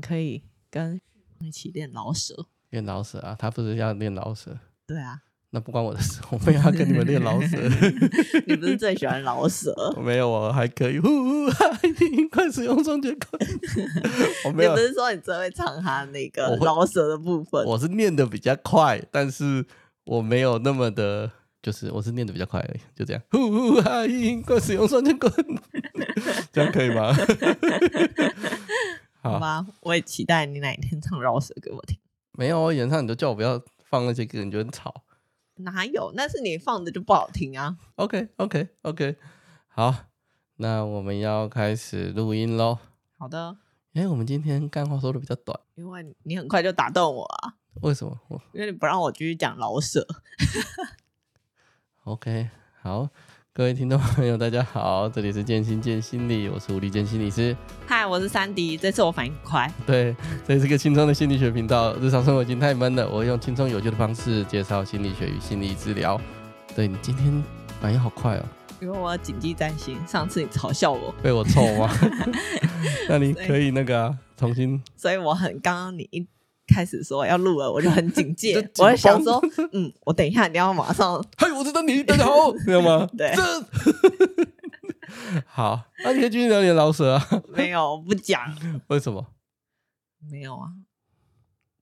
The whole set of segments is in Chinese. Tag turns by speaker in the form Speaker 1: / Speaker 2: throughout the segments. Speaker 1: 可以跟一起练老舍。
Speaker 2: 练老舍啊，他不是要练老舍，
Speaker 1: 对 啊，
Speaker 2: 那不关我的事，我没有要跟你们练老舍，
Speaker 1: 你不是最喜欢老舍？
Speaker 2: 我没有，我还可以。呼呼，哈哈快使用双节棍，我没
Speaker 1: 你
Speaker 2: 有
Speaker 1: 不，是说你最会唱他那个
Speaker 2: 我会
Speaker 1: 老舍的部分？
Speaker 2: 我是念的比较快，但是我没有那么的，就是我是念的比较快而已，就这样。呼呼哈哈，快使用双节棍， 这样可以吗？
Speaker 1: 好
Speaker 2: 好，
Speaker 1: 吧，我也期待你哪一天唱老舍给我听。
Speaker 2: 没有，啊演唱你都叫我不要放那些歌，你觉得很吵。
Speaker 1: 哪有？那是你放的就不好听啊！
Speaker 2: OK OK OK，好，那我们要开始录音喽。
Speaker 1: 好的，
Speaker 2: 哎，我们今天干话说的比较短，
Speaker 1: 因为你很快就打动我啊，
Speaker 2: 为什么？我
Speaker 1: 因为你不让我继续讲老舍。
Speaker 2: OK，好，各位听众朋友，大家好，这里是建心见心理，我是吴立建心理师。
Speaker 1: 嗨，我是三迪，这次我反应很快。
Speaker 2: 对，这是个轻松的心理学频道，日常生活已经太闷了，我会用轻松有趣的方式介绍心理学与心理治疗。对你今天反应好快哦，
Speaker 1: 因为我要谨记在心。上次你嘲笑我，
Speaker 2: 被我臭吗？ 那你可以那个啊、重新
Speaker 1: 所以我很刚刚你一开始说要录了，我就很警 戒
Speaker 2: 就紧，绷
Speaker 1: 我就想说，嗯，我等一下你要马上
Speaker 2: 嗨，我是丹尼，大家好，知道吗？
Speaker 1: 对
Speaker 2: 这 好，那、你可以继续聊你的老舍啊？
Speaker 1: 没有不讲，
Speaker 2: 为什么？
Speaker 1: 没有啊，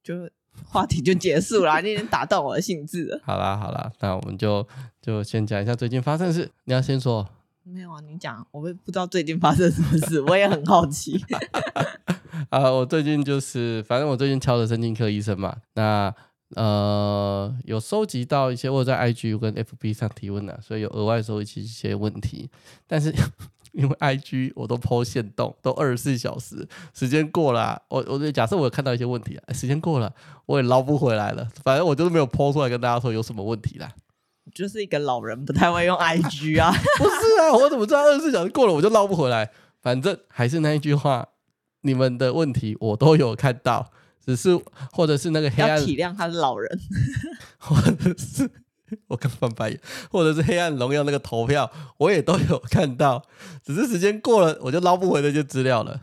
Speaker 1: 就话题就结束啦，你已经打动我的兴致了。
Speaker 2: 好啦好啦，那我们就就先讲一下最近发生的事。你要先说，
Speaker 1: 没有啊，你讲，我也不知道最近发生什么事，我也很好奇。
Speaker 2: 啊，我最近就是，反正我最近敲了神经科医生嘛，那呃有收集到一些，我有在 IG 跟 FB 上提问啊，所以有额外收集一些问题，但是。 因为 I G 我都抛限动，都二十四小时，时间过了啊、我我就假设我有看到一些问题、啊，时间过了，我也捞不回来了。反正我就是没有抛出来跟大家说有什么问题啦。
Speaker 1: 就是一个老人不太会用 IG 啊，
Speaker 2: 不是啊，我怎么知道二十四小时过了我就捞不回来？反正还是那一句话，你们的问题我都有看到，只是或者是那个黑
Speaker 1: 要
Speaker 2: 暗，
Speaker 1: 体谅他是老人。
Speaker 2: 或者是我刚翻白眼，或者是黑暗荣耀那个投票，我也都有看到，只是时间过了我就捞不回那些资料了。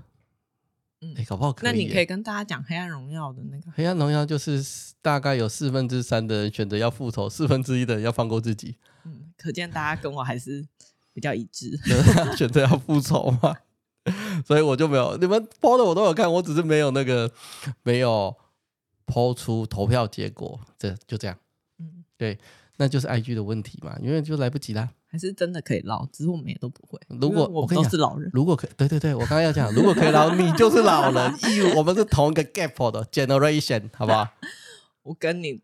Speaker 1: 嗯
Speaker 2: 哎、搞不好可以
Speaker 1: 那
Speaker 2: 耶。
Speaker 1: 你可以跟大家讲《黑暗荣耀》的那个，
Speaker 2: 黑暗荣耀就是大概有四分之三的人选择要复仇，四分之一的人要放过自己，
Speaker 1: 嗯，可见大家跟我还是比较一致。
Speaker 2: 就是他 选择要复仇嘛， 所以我就没有你们抛的我都有看，我只是没有那个没有抛出投票结果，这就这样，
Speaker 1: 嗯，
Speaker 2: 那就是 IG 的问题嘛，因为就来不及啦。
Speaker 1: 还是真的可以捞，只是我们也都不会。
Speaker 2: 如果
Speaker 1: 因为我
Speaker 2: 我
Speaker 1: 们
Speaker 2: 跟
Speaker 1: 都
Speaker 2: 你讲
Speaker 1: 是老人，
Speaker 2: 如果可对对对，我刚刚要讲，如果可以老，你就是老人， 义务我们是同一个 gap 的 generation，好不好？
Speaker 1: 我跟你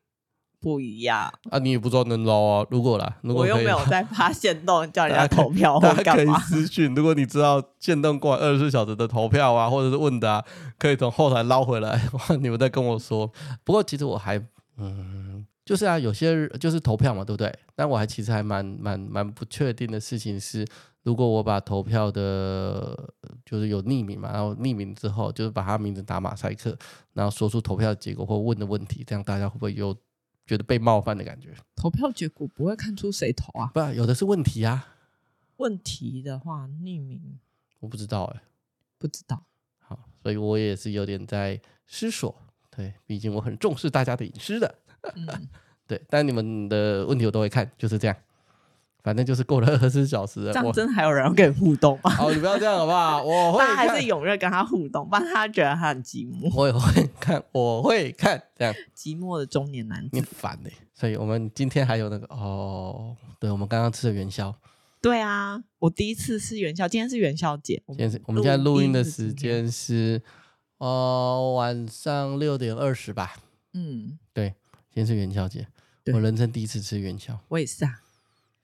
Speaker 1: 不一样，
Speaker 2: 啊，你也不知道能捞啊，如果啦，如果
Speaker 1: 我又
Speaker 2: 可以
Speaker 1: 没有
Speaker 2: 啦
Speaker 1: 在发现动叫人家
Speaker 2: 大家可以
Speaker 1: 投票或
Speaker 2: 大家可
Speaker 1: 干
Speaker 2: 以
Speaker 1: 嘛。
Speaker 2: 私讯，如果你知道限动过二十四小时的投票啊，或者是问答、可以从后台捞回来。 哇，你们再跟我说。不过其实我还，嗯，就是啊，有些就是投票嘛，对不对？但我还其实还蛮蛮蛮不确定的事情是，如果我把投票的，就是有匿名嘛，然后匿名之后就是把他名字打马赛克，然后说出投票的结果或问的问题，这样大家会不会有觉得被冒犯的感觉？
Speaker 1: 投票结果不会看出谁投啊？
Speaker 2: 不然，有的是问题啊，
Speaker 1: 问题的话，匿名
Speaker 2: 我不知道哎、
Speaker 1: 不知道。
Speaker 2: 好，所以我也是有点在思索。对，毕竟我很重视大家的隐私的。
Speaker 1: 嗯，
Speaker 2: 对，但你们的问题我都会看，就是这样。反正就是过了二十四小时
Speaker 1: 这
Speaker 2: 了，
Speaker 1: 样
Speaker 2: 我
Speaker 1: 真的还有人要跟你互动 吗？
Speaker 2: 哦，你不要这样好不好？我会
Speaker 1: 大家还是
Speaker 2: 看，
Speaker 1: 踊跃跟他互动，不然他觉得他很寂 寞，
Speaker 2: 我也会看，我会看，这样
Speaker 1: 寂寞的中年男
Speaker 2: 你
Speaker 1: 子
Speaker 2: 很。烦呢、所以我们今天还有那个哦，对我们刚刚吃的元宵，
Speaker 1: 对啊，我第一次吃元宵，今天是元宵节。我
Speaker 2: 现在是我们现在录音的时
Speaker 1: 是今天，
Speaker 2: 间是哦晚上六点二十吧，
Speaker 1: 嗯，
Speaker 2: 今天是元宵节，
Speaker 1: 对
Speaker 2: 我人生第一次吃元宵，
Speaker 1: 我也是啊，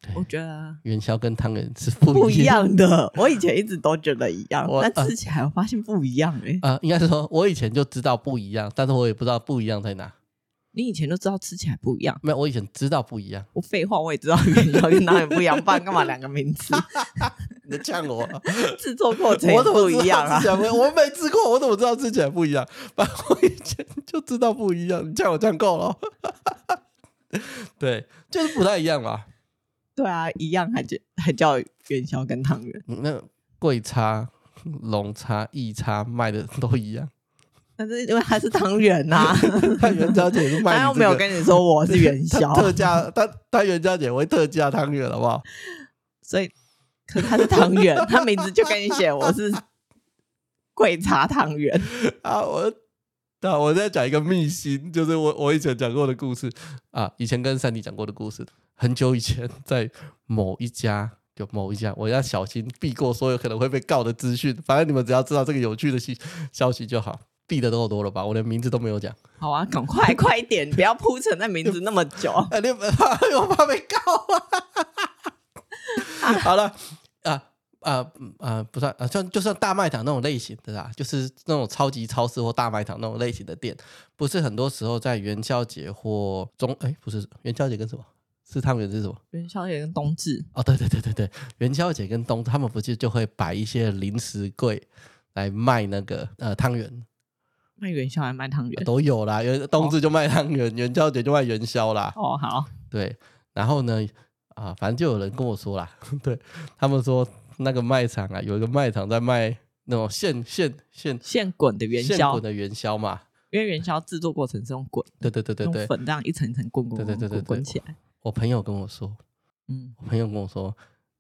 Speaker 2: 对
Speaker 1: 我觉得
Speaker 2: 元宵跟汤圆是不
Speaker 1: 不
Speaker 2: 一
Speaker 1: 一
Speaker 2: 样。
Speaker 1: 样的。我以前一直都觉得一样
Speaker 2: 我，
Speaker 1: 但吃起来我呃发现不一样哎、
Speaker 2: 啊，应该是说，我以前就知道不一样，但是我也不知道不一样在哪。
Speaker 1: 你以前就知道吃起来不一样，
Speaker 2: 没有，我以前知道不一样。
Speaker 1: 我废话我也知道元宵跟汤圆不一样，不然干嘛两个名 字？
Speaker 2: 你在呛我，我
Speaker 1: 制作过程也
Speaker 2: 怎么
Speaker 1: 不
Speaker 2: 知
Speaker 1: 一样
Speaker 2: 道
Speaker 1: 啊
Speaker 2: 吃起？来不一样？我没吃过，我怎么知道吃起来不一样？反正我以前就知道不一样，你呛我呛够了。 对，就是不太一样嘛。
Speaker 1: 对啊，一样还叫还叫元宵跟汤
Speaker 2: 嗯
Speaker 1: 圆，
Speaker 2: 那贵差、龙差、异差卖的都一样，
Speaker 1: 但是因为他是当员 呐、
Speaker 2: 他元宵节也是卖
Speaker 1: 他又
Speaker 2: 你、这个、
Speaker 1: 没有跟你说我是 元宵
Speaker 2: 他，特价，他他元宵节为特价汤圆，好不好？
Speaker 1: 所以可是他是汤圆，他名字就跟你写我是桂茶汤圆，
Speaker 2: 啊，我啊，我再讲一个秘辛，就是我我以前讲过的故事啊，以前跟三弟讲过的故事，很久以前在某一家。就某一家，我要小心避过所有可能会被告的资讯。反正你们只要知道这个有趣的信消息就好。避的够多了吧？我连名字都没有讲。
Speaker 1: 好啊，赶快快一点，不要铺陈那名字那么久。
Speaker 2: 哎，你们怕我怕被告啊！好了，啊啊啊，不算啊，算就算大卖场那种类型的啦，就是那种超级超市或大卖场那种类型的店，不是很多时候在元宵节或中哎，不是元宵节跟什么？是汤圆是什么？
Speaker 1: 元宵节跟冬至，
Speaker 2: 哦，对对对对对，元宵节跟冬，他们不是就会摆一些零食柜来卖那个呃汤圆，
Speaker 1: 卖元宵还卖汤圆。
Speaker 2: 都有啦。元冬至就卖汤圆，元宵节就卖元宵啦。
Speaker 1: 哦，好，
Speaker 2: 对，然后呢，啊，反正就有人跟我说啦， 对他们说那个卖场啊，有一个卖场在卖那种现现现
Speaker 1: 现滚的元
Speaker 2: 现
Speaker 1: 宵
Speaker 2: 滚，的元宵嘛，
Speaker 1: 因为元宵制作过程是用滚，
Speaker 2: 对对对对
Speaker 1: 用
Speaker 2: 对，
Speaker 1: 粉这样一层一层滚滚
Speaker 2: 对对
Speaker 1: 滚
Speaker 2: 对对
Speaker 1: 滚
Speaker 2: 对
Speaker 1: 滚起来。
Speaker 2: 我朋友跟我说，
Speaker 1: 嗯
Speaker 2: 我朋友跟我说，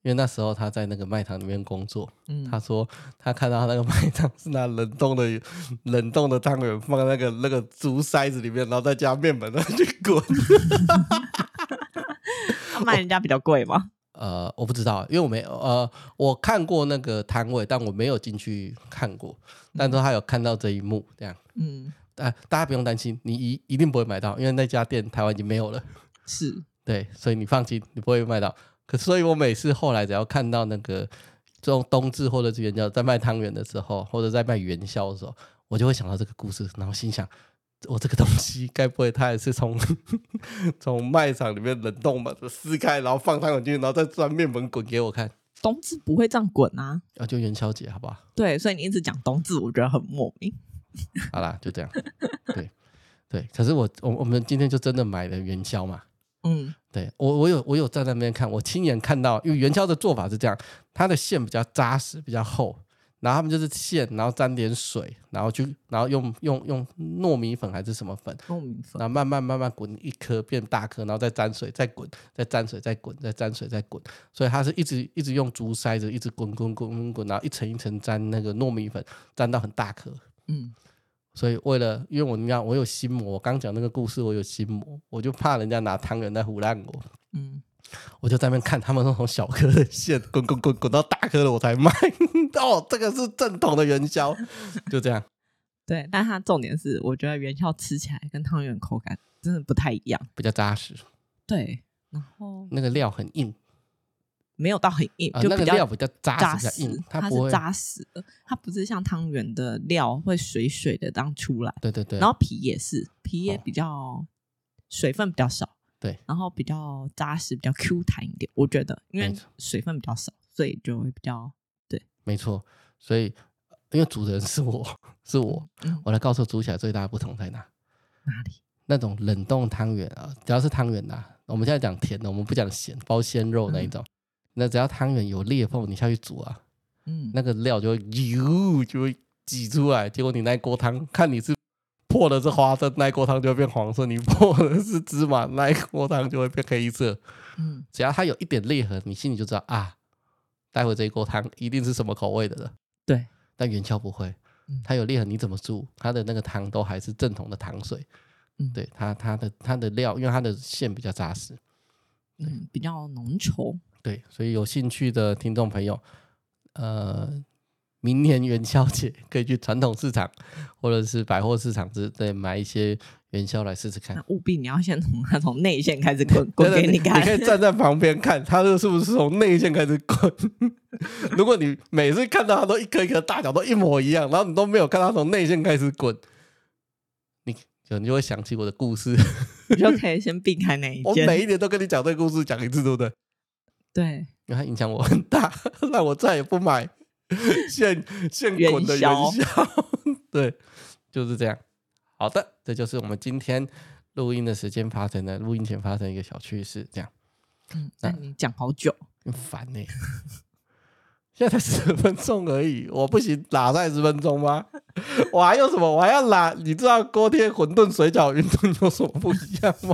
Speaker 2: 因为那时候他在那个卖场里面工作，
Speaker 1: 嗯，
Speaker 2: 他说他看到他那个 卖场是拿冷冻的冷冻的汤圆放在那个那个竹筛子里面，然后再加面粉，然后去滚。
Speaker 1: 他卖人家比较贵嘛。
Speaker 2: 呃，我不知道，因为我没呃，我看过那个摊位，但我没有进去看过，但是他有看到这一幕，这样，
Speaker 1: 嗯，
Speaker 2: 但、大家不用担心，你一一定不会买到，因为那家店台湾已经没有了，
Speaker 1: 是
Speaker 2: 对，所以你放心，你不会买到。可所以，我每次后来只要看到那个这种冬至或者是元宵在卖汤圆的时候，或者在卖元宵的时候，我就会想到这个故事，然后心想。我这个东西该不会它也是从从卖场里面冷冻嘛撕开，然后放汤圆进去，然后再钻面粉滚给我看？
Speaker 1: 冬至不会这样滚啊。
Speaker 2: 啊，就元宵节，好不好？
Speaker 1: 对，所以你一直讲冬至，我觉得很莫名。
Speaker 2: 好啦，就这样。对对，可是我我我们今天就真的买了元宵嘛。
Speaker 1: 嗯，
Speaker 2: 对我我有我有在那边看，我亲眼看到，因为元宵的做法是这样，它的馅比较扎实，比较厚，然后他们就是馅，然后沾点水，然后去然后用用用糯米粉还是什么粉，
Speaker 1: 糯米粉
Speaker 2: 然后慢慢慢慢滚一颗变大颗，然后再沾水，再滚，再沾水，再滚，再沾水，再滚。所以它是一直一直用竹筛子一直滚滚滚滚滚，然后一层一层沾那个糯米粉，沾到很大颗。
Speaker 1: 嗯，
Speaker 2: 所以为了，因为我你看我有心魔，我刚讲那个故事我有心魔，我就怕人家拿汤圆来胡乱我，
Speaker 1: 嗯，
Speaker 2: 我就在那边看他们那种小颗的线滚滚滚滚到大颗的我才卖。 哦，这个是正统的 元宵，就这样。
Speaker 1: 对。但它重点是，我觉得元宵吃起来跟汤圆口感真的不太一样。
Speaker 2: 比较扎实，
Speaker 1: 对，然后
Speaker 2: 那个料很硬，
Speaker 1: 没有到很硬，
Speaker 2: 啊，
Speaker 1: 就
Speaker 2: 那
Speaker 1: 比
Speaker 2: 个
Speaker 1: 较
Speaker 2: 料比较扎
Speaker 1: 扎
Speaker 2: 实，比较
Speaker 1: 实
Speaker 2: 硬，，
Speaker 1: 它
Speaker 2: 不会
Speaker 1: 是，扎实的，它不是像汤圆的料会水水的这样出来，
Speaker 2: 对对对，
Speaker 1: 然后皮也是，皮也
Speaker 2: 哦
Speaker 1: 比较水分比较少，
Speaker 2: 对，
Speaker 1: 然后比较扎实，比较 Q 弹一点，我觉得，因为
Speaker 2: 没错
Speaker 1: 水分比较少，所以就会比较
Speaker 2: 没错，所以因为主人是我， 是我，
Speaker 1: 嗯
Speaker 2: 我来告诉主起来最大的不同在哪。
Speaker 1: 哪里？
Speaker 2: 那种冷冻汤圆啊，只要是汤圆呐、啊我们现在讲甜的，我们不讲咸，包鲜肉那一种。那只要汤圆有裂缝，你下去煮啊，
Speaker 1: 嗯，
Speaker 2: 那个料就会油就会挤出来，结果你那一锅汤，看你是破的是花生，那一锅汤就会变黄色；你破的是芝麻，那一锅汤就会变黑色。
Speaker 1: 嗯，
Speaker 2: 只要它有一点裂痕，你心里就知道啊，待会这一锅汤一定是什么口味的了。
Speaker 1: 对，
Speaker 2: 但元宵不会
Speaker 1: 嗯，
Speaker 2: 它有裂痕，你怎么煮，它的那个汤都还是正统的糖水。
Speaker 1: 嗯
Speaker 2: 对，它它的它的料，因为它的馅比较扎实，
Speaker 1: 嗯，比较浓稠，
Speaker 2: 对，所以有兴趣的听众朋友，呃，明年元宵节 可以去传统市场或者是百货市场之类买一些元宵来试试看
Speaker 1: 那。务必你要先从 它从内馅开始滚滚
Speaker 2: 对
Speaker 1: 给
Speaker 2: 对
Speaker 1: 你
Speaker 2: 你可
Speaker 1: 看
Speaker 2: 以，站在旁边看，它这是不是从内线开始滚？ 如果你每次看到它都一颗一颗大小都一模一样，然后你都没有看它从内线开始滚，你就你就会想起我的故事。
Speaker 1: 你就可以先避开那一
Speaker 2: 我
Speaker 1: 件。
Speaker 2: 每一年都跟你讲这个故事，讲一次，对不对？
Speaker 1: 对，
Speaker 2: 因为它影响我很大， 让我再也不买 现现滚的元宵。
Speaker 1: 元
Speaker 2: 对，就是这样。好的，这就是我们今天录音的时间发生的，录音前发生一个小趣事，这样
Speaker 1: 啊嗯，那你讲好久，
Speaker 2: 很烦呢、 现在才十分钟而已，我不行拉在十分钟吗？ 我还有什么？我还要拉？你知道锅贴、馄饨、水饺、云吞有什么不一样吗？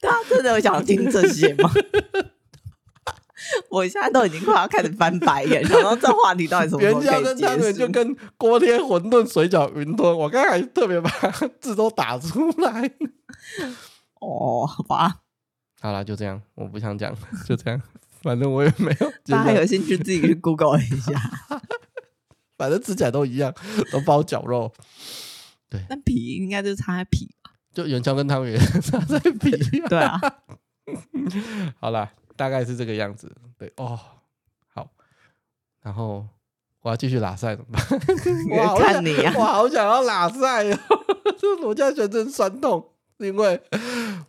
Speaker 1: 大家啊真的有想听这些吗？ 我现在都已经快要开始翻白眼，想到这话题到底什么时
Speaker 2: 元
Speaker 1: 候
Speaker 2: 宵
Speaker 1: 可以
Speaker 2: 跟汤
Speaker 1: 结
Speaker 2: 圆就
Speaker 1: 束？
Speaker 2: 跟锅贴、馄饨、水饺、云吞，我刚才特别把 字都打出来。
Speaker 1: 哦，好吧，
Speaker 2: 好了，就这样，我不想讲，就这样，反正我也没有觉
Speaker 1: 大家
Speaker 2: 得，
Speaker 1: 有兴趣自己去 Google 一 下。
Speaker 2: 反正吃起来都一样，都包绞肉，
Speaker 1: 但皮应该就差在皮吧？
Speaker 2: 就元宵跟汤圆 差在 比、啊。
Speaker 1: 对啊，
Speaker 2: 好啦，大概是这个样子。对哦，好，然后我要继续拉赛怎么办？我
Speaker 1: 看你啊
Speaker 2: 我好想要拉赛哦， 这我现在全身酸痛，因为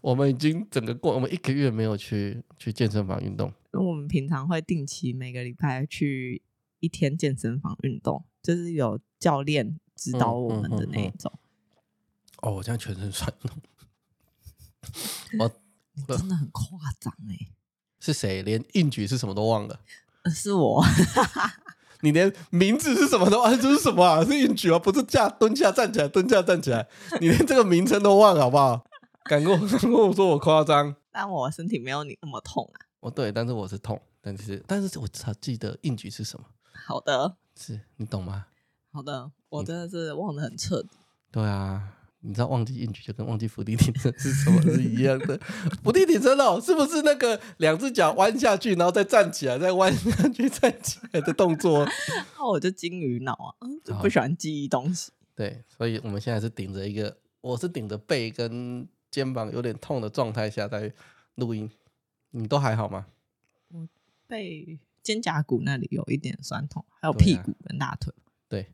Speaker 2: 我们已经整个过，我们一个月没有去去健身房运动。
Speaker 1: 因为我们平常会定期每个礼拜去一天健身房运动，就是有教练指导
Speaker 2: 嗯
Speaker 1: 我们的那一种。
Speaker 2: 哦，我现在全身酸痛。我嗯嗯嗯
Speaker 1: 真的很夸张哎，
Speaker 2: 是谁？连硬举是什么都忘了，
Speaker 1: 呃是我
Speaker 2: 你连名字是什么都忘了，这是什么啊？是硬举啊，不是架蹲下站起来，蹲下站起来，你连这个名称都忘了，好不好？敢跟我 敢跟我说我夸张？
Speaker 1: 但我身体没有你那么痛啊。
Speaker 2: 哦，对，但是我是痛，但是但是我才记得硬举是什么，
Speaker 1: 好的，
Speaker 2: 是你懂吗？
Speaker 1: 好的，我真的是忘得很彻底。
Speaker 2: 对啊，你知道忘记硬举就跟忘记伏地挺身是什么是一样的。 伏地挺身哦，是不是那个两只脚弯下去，然后再站起来，再弯下去站起来的动作？
Speaker 1: 那我就金鱼脑啊，嗯就
Speaker 2: 好
Speaker 1: 不喜欢记忆东西。
Speaker 2: 对，所以我们现在是顶着一个，我是顶着背跟肩膀有点痛的状态下在录音，你都还好吗？
Speaker 1: 被肩胛骨那里有一点酸痛，还有
Speaker 2: 对
Speaker 1: 屁
Speaker 2: 啊
Speaker 1: 股跟大腿。
Speaker 2: 对，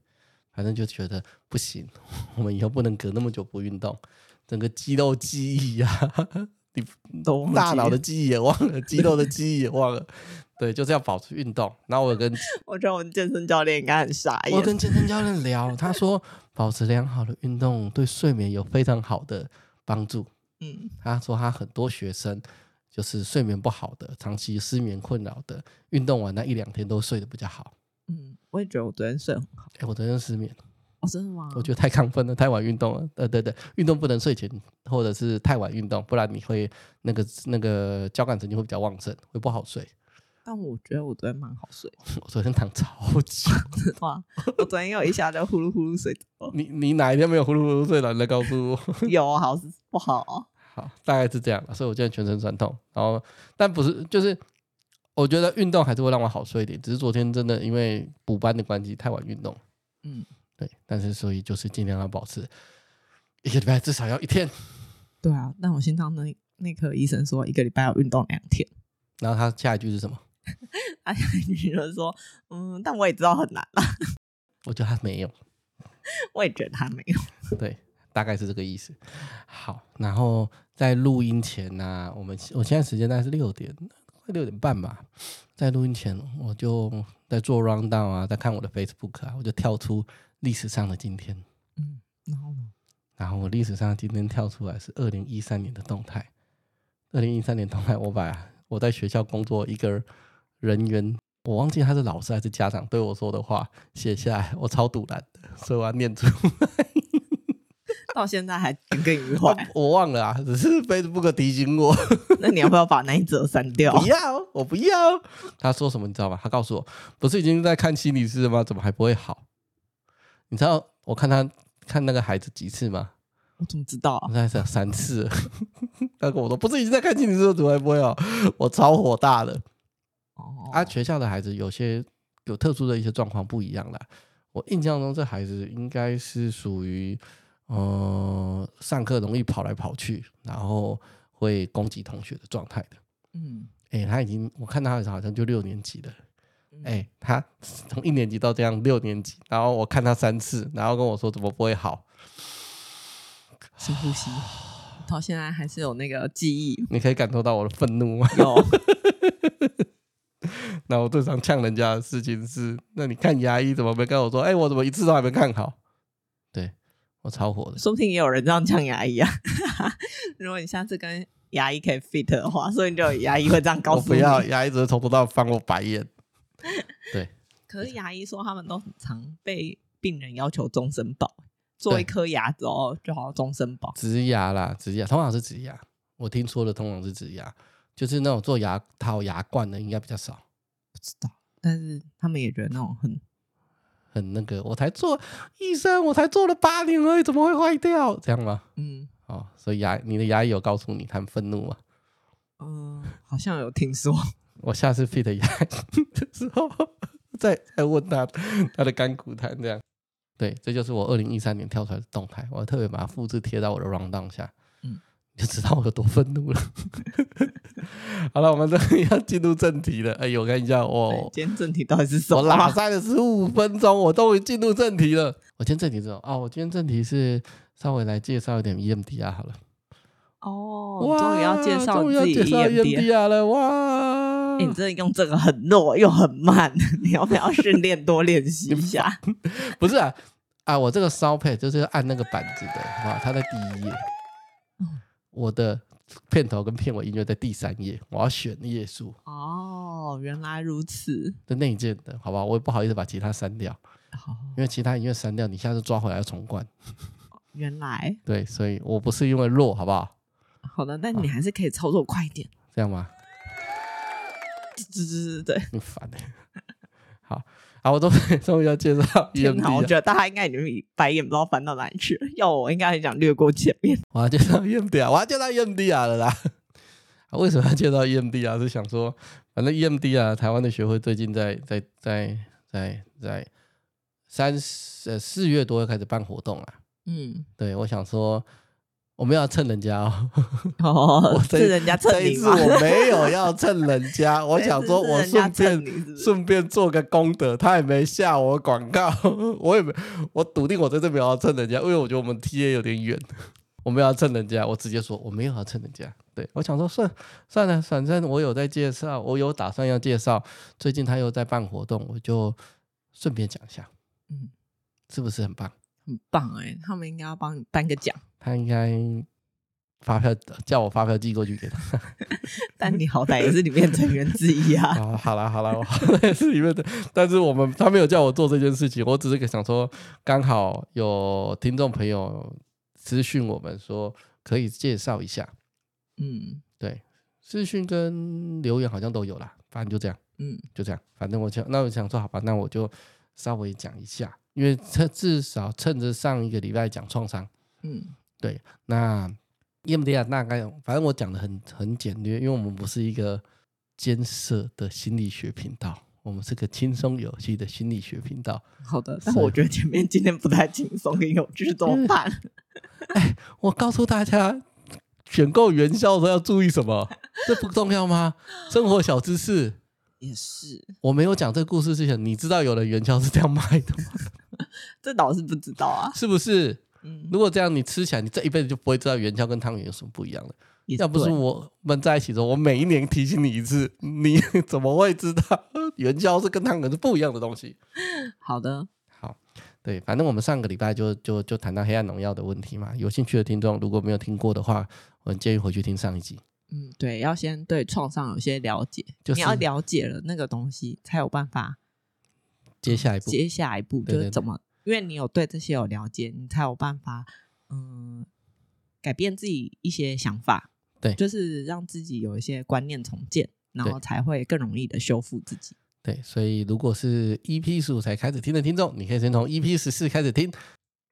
Speaker 2: 反正就觉得不行，我们以后不能隔那么久不运动，整个肌肉记忆啊， 你
Speaker 1: 都忘记
Speaker 2: 大
Speaker 1: 了
Speaker 2: 脑的记忆也忘了，肌肉的记忆也忘了， 对，就是要保持运动。然后我有跟
Speaker 1: 我觉得我们健身教练应该很傻
Speaker 2: 我
Speaker 1: 眼。
Speaker 2: 跟健身教练聊，他说保持良好的运动对睡眠有非常好的帮助。
Speaker 1: 嗯，
Speaker 2: 他说他很多学生就是睡眠不好的，长期失眠困扰的，运动完那一两天都睡得比较好。
Speaker 1: 嗯，我也觉得我昨天睡很好。
Speaker 2: 哎，我昨天失眠，
Speaker 1: 哦，真的吗？
Speaker 2: 我觉得太亢奋了，太晚运动了。呃，对对，运动不能睡前或者是太晚运动，不然你会那个那个交感神经会比较旺盛，会不好睡。
Speaker 1: 但我觉得我昨天蛮好睡的，
Speaker 2: 我昨天躺超久，
Speaker 1: 真的 吗？我昨天有一下就呼噜呼噜睡着了。
Speaker 2: 你你哪一天没有呼噜呼噜睡了？你来告诉我。
Speaker 1: 有啊好是不好？啊
Speaker 2: 好，大概是这样啦所以我现在全身酸痛，然后但不是就是。我觉得运动还是会让我好睡一点，只是昨天真的因为补班的关系太晚运动，
Speaker 1: 嗯，
Speaker 2: 对，但是所以就是尽量要保持一个礼拜至少要一天。
Speaker 1: 对啊。但我心脏内内科医生说一个礼拜要运动两天，
Speaker 2: 然后他下一句是什么？
Speaker 1: 哎，女人说，嗯，但我也知道很难啦，
Speaker 2: 我觉得他没有，
Speaker 1: 我也觉得他没有。
Speaker 2: 对，大概是这个意思。好，然后在录音前呢、我们我现在时间大概是六点，快六点半吧。在录音前，我就在做 round down 啊，在看我的 Facebook 啊，我就跳出历史上的今天。
Speaker 1: 嗯，然后呢？
Speaker 2: 然后我历史上今天跳出来是二零一三年的动态，二零一三年动态，我把我在学校工作一个人员，我忘记他是老师还是家长对我说的话写下来，我超堵然的，所以我要念出。
Speaker 1: 到现在还耿耿于怀
Speaker 2: 我忘了啊，只是 Facebook 提醒我，
Speaker 1: 那你要哦不要把那一则删掉？
Speaker 2: 不要，我不要。他说什么你知道吗？他告诉我，不是已经在看心理师了吗？怎么还不会好？你知道我看他看那个孩子几次吗？
Speaker 1: 我怎么知道啊？
Speaker 2: 我大概想三次了， 他跟我说不是已经在看心理师了，怎么还不会好？我超火大的。
Speaker 1: 哦
Speaker 2: 啊，学校的孩子有些有特殊的一些状况不一样啦。我印象中这孩子应该是属于，呃，上课容易跑来跑去，然后会攻击同学的状态的。
Speaker 1: 嗯，
Speaker 2: 哎、他已经我看他好像就六年级了。
Speaker 1: 嗯
Speaker 2: 哎、他从一年级到这样六年级，然后我看他三次，然后跟我说怎么不会好？
Speaker 1: 深呼 吸，到现在还是有那个记忆。
Speaker 2: 你可以感受到我的愤怒吗？
Speaker 1: 有，
Speaker 2: 那我最常呛人家的事情是，那你看牙医怎么没跟我说？哎、我怎么一次都还没看好？对我超火 的。
Speaker 1: 说不定也有人这样呛牙医啊。如果你下次跟牙医可以 fit 的话，所以你就有牙医会这样告
Speaker 2: 我
Speaker 1: 诉
Speaker 2: 不
Speaker 1: 你。
Speaker 2: 要，牙医只是从头到尾翻我白眼。对，
Speaker 1: 可是牙医说他们都很常被病人要求终身保，做
Speaker 2: 对
Speaker 1: 一颗牙之后就好像终身保。
Speaker 2: 植牙啦，植牙通常是植牙，我听说的通常是植牙，就是那种做牙套、牙冠的应该比较少。
Speaker 1: 不知道，但是他们也觉得那种很
Speaker 2: 很那个，我才做医生，我才做了八年而已，怎么会坏掉？这样吗？
Speaker 1: 嗯
Speaker 2: 哦，所以牙你的牙医有告诉你他很愤怒吗？
Speaker 1: 嗯、呃好像有听说。
Speaker 2: 我下次 fit 牙医的时候，再再问他他的干股谈这样。对，这就是我二零一三年跳出来的动态，我特别把它复制贴到我的 round down 下，
Speaker 1: 嗯
Speaker 2: 你就知道我有多愤怒了。 好了，我们终于要进入正题了。哎呦，我看一下，我、
Speaker 1: 对今天正题到底是什么
Speaker 2: 我
Speaker 1: 啊？
Speaker 2: 拉塞了十五分钟，我终于进入正题了。我今天正题是什么啊？我今天正题是稍微来介绍一点 EMDR 好了。
Speaker 1: 哦，你终于要介绍
Speaker 2: 终于要
Speaker 1: 你
Speaker 2: 介
Speaker 1: 自己
Speaker 2: 绍
Speaker 1: EMD。
Speaker 2: EMDR 了哇！
Speaker 1: 哎你真的用这个很弱又很慢， 你要不要训练多练习一下？
Speaker 2: 不是啊啊，我这个烧配就是按那个板子的，好不好？它在第一页，我的片头跟片尾音乐在第三页，我要选页数
Speaker 1: 哦，原来如此。
Speaker 2: 的内建的，好不好？我也不好意思把其他删掉，
Speaker 1: 好，
Speaker 2: 因为其他音乐删掉，你下次抓回来要重灌。
Speaker 1: 原来
Speaker 2: 对，所以我不是因为弱，好不好？
Speaker 1: 好的，但你还是可以操作快一点。
Speaker 2: 这样吗？
Speaker 1: 对对对 对
Speaker 2: 很烦哎、好，好，我终于终于要介绍
Speaker 1: 对，
Speaker 2: E
Speaker 1: 天哪！我
Speaker 2: EMDR，
Speaker 1: 觉得大家应该已经白眼不知道翻到哪里去了。 要我，我应该很想略过前面。
Speaker 2: 我要介绍 E EMDR，我要啊介绍 EMDR 了啦。 啊为什么要介绍 EMDR？是啊想说，反正 E EMDR 啊台湾的学会最近在在在在在三十呃四月多又开始办活动了。
Speaker 1: 嗯，
Speaker 2: 对，我想说，我们要蹭人家哦。
Speaker 1: 哦，
Speaker 2: 这
Speaker 1: 是人家蹭
Speaker 2: 这一
Speaker 1: 你
Speaker 2: 次
Speaker 1: 吗？
Speaker 2: 我没有要蹭人家，我想说，我
Speaker 1: 这是人家
Speaker 2: 顺
Speaker 1: 蹭你
Speaker 2: 便
Speaker 1: 是不是
Speaker 2: 顺便做个功德，他也没下我广告， 我也没，我笃定我在这没有要蹭人家，因为我觉得我们 TA 有点远，我没有要蹭人家，我直接说我没有要蹭人家。对我想说算算了，反正我有在介绍，我有打算要介绍，最近他又在办活动，我就顺便讲一下，
Speaker 1: 嗯，
Speaker 2: 是不是很棒？
Speaker 1: 很棒哎、他们应该要帮你颁个奖，
Speaker 2: 他应该发票叫我发票寄过去给他。
Speaker 1: 但你好歹也是里面成员之一啊。
Speaker 2: 啊，好啦好啦，我 是里面的，但是我们他没有叫我做这件事情，我只是想说，刚好有听众朋友私讯我们说可以介绍一下，
Speaker 1: 嗯
Speaker 2: 对，私讯跟留言好像都有啦，反正就这样，
Speaker 1: 嗯，
Speaker 2: 就这样，反正我想，那我想说，好吧，那我就稍微讲一下，因为趁至少趁着上一个礼拜讲创伤，
Speaker 1: 嗯
Speaker 2: 那 EMDR 大概反正我讲的很很简略，因为我们不是一个艰涩的心理学频道，我们是个轻松有趣的心理学频道。
Speaker 1: 好的。嗯但
Speaker 2: 是
Speaker 1: 我觉得前面今天不太轻松，跟有趣怎么办？
Speaker 2: 我告诉大家，选购元宵的时候要注意什么，这不重要吗？生活小知识。
Speaker 1: 也是，
Speaker 2: 我没有讲这个故事之前，你知道有人元宵是这样卖的吗？
Speaker 1: 这倒是不知道啊。
Speaker 2: 是不是？
Speaker 1: 嗯，
Speaker 2: 如果这样，你吃起来，你这一辈子就不会知道元宵跟汤圆有什么不一样了。
Speaker 1: 也
Speaker 2: 要不是
Speaker 1: 对
Speaker 2: 我们在一起的时候，我每一年提醒你一次，你 怎么会知道 元宵是跟汤圆是不一样的东西？
Speaker 1: 好的，
Speaker 2: 好，对，反正我们上个礼拜就就就谈到黑暗荣耀的问题嘛。有兴趣的听众如果没有听过的话，我很建议回去听上一集。
Speaker 1: 嗯，对，要先对创伤有些了解，
Speaker 2: 就
Speaker 1: 你
Speaker 2: 是
Speaker 1: 要了解了那个东西，才有办法
Speaker 2: 接下一步，
Speaker 1: 接下一步
Speaker 2: 对
Speaker 1: 就
Speaker 2: 对
Speaker 1: 是怎么，因为你有对这些有了解，你才有办法，嗯，改变自己一些想法，
Speaker 2: 对
Speaker 1: 就是让自己有一些观念重建，然后
Speaker 2: 对
Speaker 1: 才会更容易的修复自己。
Speaker 2: 对，所以如果是 EP 十五才开始听的听众，你可以先从 EP 十四开始听，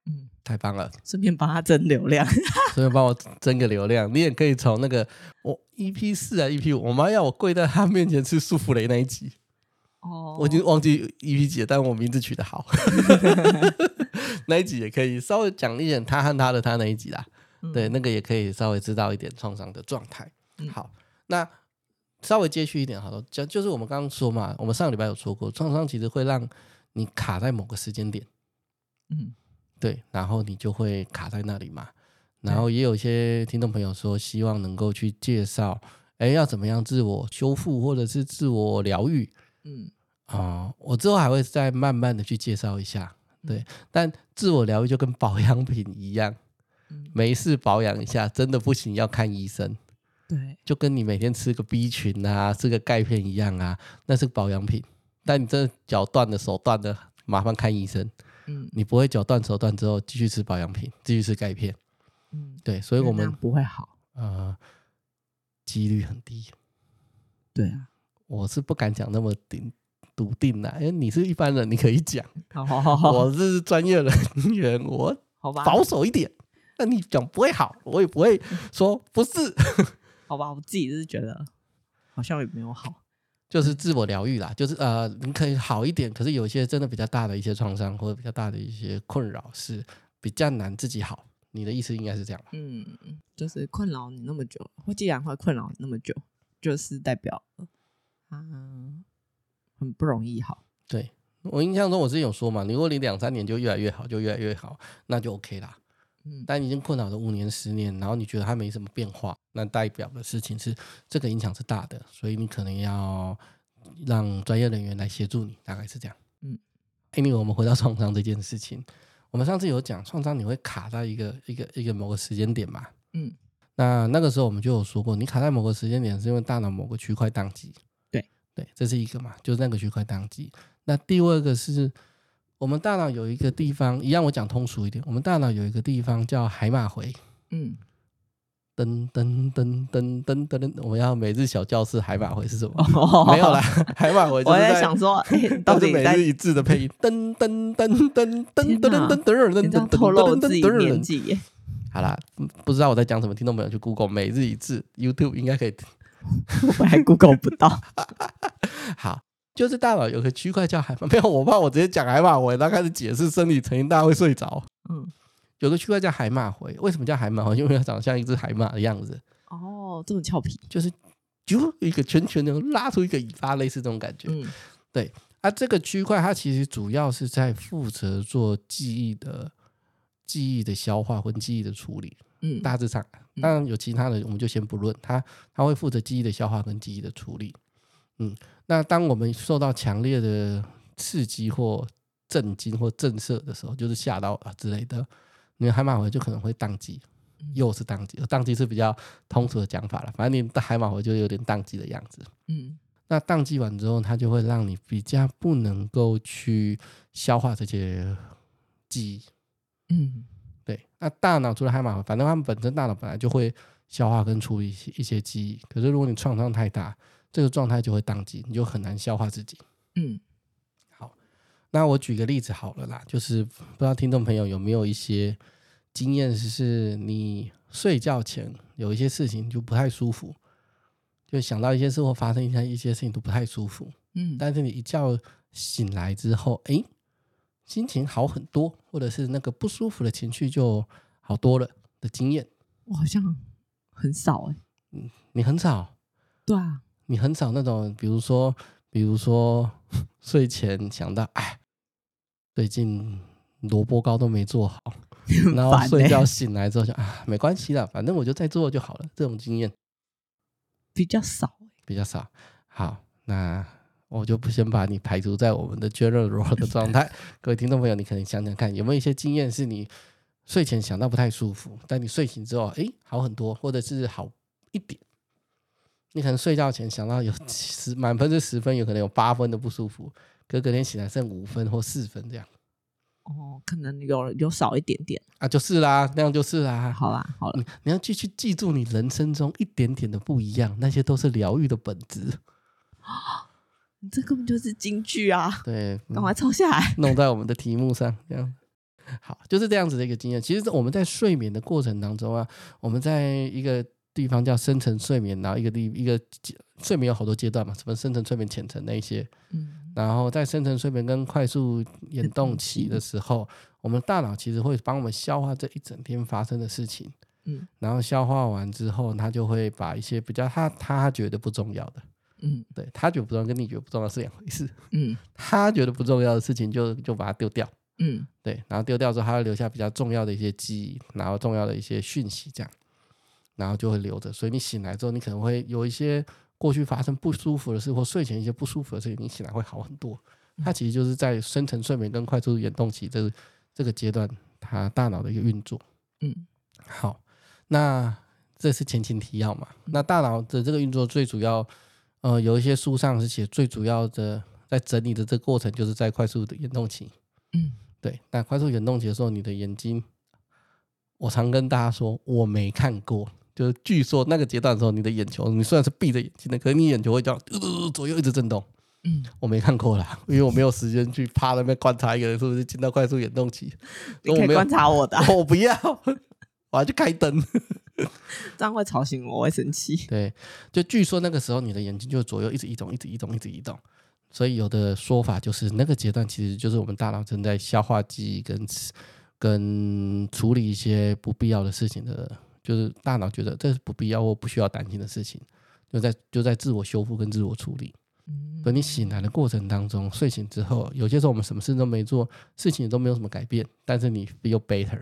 Speaker 1: 嗯，
Speaker 2: 太棒了。
Speaker 1: 顺便帮他增流 量。
Speaker 2: 顺便帮我争个流量。你也可以从那个我 EP 四啊 EP 五，我妈要我跪在她面前吃舒芙蕾那一集，
Speaker 1: 哦
Speaker 2: 我已经忘记 EP 几了，但我名字取得好。 那一集也可以稍微讲一点他和他的他那一集啦，对，那个也可以稍微知道一点创伤的状态。
Speaker 1: 嗯
Speaker 2: 好，那稍微接续一点好了，就就是我们刚刚说嘛，我们上个礼拜有说过，创伤其实会让你卡在某个时间点。
Speaker 1: 嗯
Speaker 2: 对，然后你就会卡在那里嘛。然后也有一些听众朋友说，希望能够去介绍，哎，要怎么样自我修复或者是自我疗愈
Speaker 1: 嗯
Speaker 2: 啊、我之后还会再慢慢的去介绍一下。对，但自我疗愈就跟保养品一样，
Speaker 1: 嗯，
Speaker 2: 没事保养一下，真的不行要看医生。
Speaker 1: 对，
Speaker 2: 就跟你每天吃个 B 群啊，吃个钙片一样啊，那是保养品。但你真的脚断了、手断了，麻烦看医生。
Speaker 1: 嗯
Speaker 2: 你不会脚断手断之后继续吃保养品，继续吃钙片。
Speaker 1: 嗯，
Speaker 2: 对，所以我
Speaker 1: 那
Speaker 2: 们
Speaker 1: 样不会好。
Speaker 2: 呃几率很低，
Speaker 1: 对啊，
Speaker 2: 我是不敢讲那么顶笃定啦，因为你是一般人，你可以讲，
Speaker 1: 好好好好，
Speaker 2: 我这是专业人员，我
Speaker 1: 好吧，
Speaker 2: 保守一点。那你讲不会好，我也不会说不是，
Speaker 1: 好吧，我自己是觉得好像也没有好。
Speaker 2: 就是自我疗愈啦，就是呃，你可以好一点，可是有一些真的比较大的一些创伤或者比较大的一些困扰是比较难自己好。你的意思应该是这样吧？
Speaker 1: 嗯，就是困扰你那么久，或既然会困扰你那么久，就是代表啊，很不容易好。
Speaker 2: 对我印象中我之前有说嘛，你如果你两三年就越来越好，就越来越好，那就 OK 啦。
Speaker 1: 嗯，
Speaker 2: 但已经困扰了五年、十年，然后你觉得它没什么变化，那代表的事情是这个影响是大的，所以你可能要让专业人员来协助你，大概是这样。嗯
Speaker 1: 嗯
Speaker 2: ，anyway，我们回到创伤这件事情，我们上次有讲创伤你会卡在一个一个一个某个时间点嘛？
Speaker 1: 嗯，
Speaker 2: 那那个时候我们就有说过，你卡在某个时间点是因为大脑某个区块宕机。
Speaker 1: 对
Speaker 2: 对，这是一个嘛，就是那个区块宕机。那第二个是我们大脑有一个地方，一样我讲通俗一点，我们大脑有一个地方叫海马回，
Speaker 1: 嗯，
Speaker 2: 噔噔噔噔噔噔噔，我们要每日小教室海马回是什么？
Speaker 1: 哦
Speaker 2: 没有 啦，，海马回就是
Speaker 1: 我在想 说，哎到
Speaker 2: 都
Speaker 1: 底
Speaker 2: 是每
Speaker 1: 在
Speaker 2: 日一致的配音，噔噔噔噔噔噔噔噔噔
Speaker 1: 你
Speaker 2: 噔
Speaker 1: 这样
Speaker 2: 噔
Speaker 1: 透露我自己年
Speaker 2: 噔噔。
Speaker 1: 纪耶？
Speaker 2: 好啦，嗯不知道我在讲什么，听众朋友去 Google 每日一致 YouTube 应该可以
Speaker 1: 我还 Google 不到。
Speaker 2: 好，就是大脑有个区块叫海马，没有，我怕我直接讲海马回，然后开始解释生理成因，大家会睡着。
Speaker 1: 嗯，
Speaker 2: 有个区块叫海马回，为什么叫海马回？ 因为它长得像一只海马的样子，
Speaker 1: 哦，这么俏皮。
Speaker 2: 就是啾一个圈圈的拉出一个尾巴，类似这种感觉。
Speaker 1: 嗯
Speaker 2: 啊，这个区块它其实主要是在负责做记忆的记忆的消化跟记忆的处理。
Speaker 1: 嗯
Speaker 2: 大致上，啊
Speaker 1: 嗯
Speaker 2: 当然有其他的我们就先不论，它它会负责记忆的消化跟记忆的处理。嗯，那当我们受到强烈的刺激或震惊或震慑的时候，就是吓到啊之类的，你的海马回就可能会宕机，
Speaker 1: 嗯
Speaker 2: 又是宕机，宕机是比较通俗的讲法了，反正你的海马回就有点宕机的样子。
Speaker 1: 嗯
Speaker 2: 那宕机完之后，它就会让你比较不能够去消化这些记忆，
Speaker 1: 嗯
Speaker 2: 对，那大脑除了海马回，反正他们本身大脑本来就会消化跟处理一些一些记忆。可是如果你创伤太大，这个状态就会宕机，你就很难消化自己。
Speaker 1: 嗯
Speaker 2: 那我举个例子好了啦，就是不知道听众朋友有没有一些经验，是你睡觉前有一些事情就不太舒服，就想到一些事或发生一些一些事情都不太舒服，
Speaker 1: 嗯，
Speaker 2: 但是你一觉醒来之后，诶，心情好很多，或者是那个不舒服的情绪就好多了的经验。
Speaker 1: 我好像很少哎。
Speaker 2: 你很少，
Speaker 1: 对啊，
Speaker 2: 你很少那种，比如说，比如说 睡前想到，哎，最近萝卜糕都没做好，
Speaker 1: 很
Speaker 2: 然后
Speaker 1: 烦
Speaker 2: 睡
Speaker 1: 欸
Speaker 2: 觉醒来之后就啊，没关系啦，反正我就再做就好了。这种经验
Speaker 1: 比较少欸。
Speaker 2: 比较少。好，那我就不先把你排除在我们的 general rule 的状态。各位听众朋友，你可能想想看，有没有一些经验是你睡前想到不太舒服，但你睡醒之后，诶，好很多，或者是好一点。你可能睡觉前想到有十满分是十分，有可能有八分的不舒服，可是隔天醒来剩五分或四分这样
Speaker 1: 哦，可能有有少一点点。
Speaker 2: 啊，就是啦，那样就是啦。
Speaker 1: 好啦，好了
Speaker 2: 你，你要继续记住你人生中一点点的不一样，那些都是疗愈的本质。
Speaker 1: 你这根本就是京剧啊！
Speaker 2: 对，嗯
Speaker 1: 赶快抄下来。
Speaker 2: 弄在我们的题目上，这样。好，就是这样子的一个经验。其实我们在睡眠的过程当中啊，我们在一个地方叫深层睡眠，然后一个地一个睡眠有好多阶段嘛，什么深层睡眠、浅层那一些。
Speaker 1: 嗯
Speaker 2: 然后在深层睡眠跟快速眼动期的时候，我们大脑其实会帮我们消化这一整天发生的事情，
Speaker 1: 嗯
Speaker 2: 然后消化完之后，它就会把一些比较他他觉得不重要的，
Speaker 1: 嗯
Speaker 2: 对他觉得不重要跟你觉得不重要是两回事，
Speaker 1: 嗯
Speaker 2: 他觉得不重要的事情就就把它丢掉。
Speaker 1: 嗯
Speaker 2: 对，然后丢掉之后，它会留下比较重要的一些记忆，然后重要的一些讯息，这样，然后就会留着。所以你醒来之后，你可能会有一些过去发生不舒服的事，或睡前一些不舒服的事情，你醒来会好很多。它其实就是在深层睡眠跟快速眼动期这个这个阶段，它大脑的一个运作。
Speaker 1: 嗯，
Speaker 2: 好，那这是前情提要嘛。那大脑的这个运作最主要，呃，有一些书上是写最主要的在整理的这个过程，就是在快速的眼动期。
Speaker 1: 嗯，
Speaker 2: 对，那快速眼动期的时候，你的眼睛，我常跟大家说，我没看过。就是据说那个阶段的时候，你的眼球，你虽然是闭着眼睛的，可是你眼球会这样、呃、左右一直震动。
Speaker 1: 嗯，
Speaker 2: 我没看过啦，因为我没有时间去趴那边观察一个人是不是进到快速眼动期。
Speaker 1: 你
Speaker 2: 我
Speaker 1: 可以
Speaker 2: 没有
Speaker 1: 观察我的啊，
Speaker 2: 我不要， 我要去开灯。
Speaker 1: 这样会吵醒我，我会生气。
Speaker 2: 对，就据说那个时候你的眼睛就左右一直移动，一直移动，一直移动。所以有的说法就是那个阶段其实就是我们大脑正在消化记忆跟吃跟处理一些不必要的事情的，就是大脑觉得这是不必要或不需要担心的事情，就在就在自我修复跟自我处理。
Speaker 1: 嗯
Speaker 2: 所以你醒来的过程当中，睡醒之后，有些时候我们什么事都没做，事情也都没有什么改变，但是你 feel better。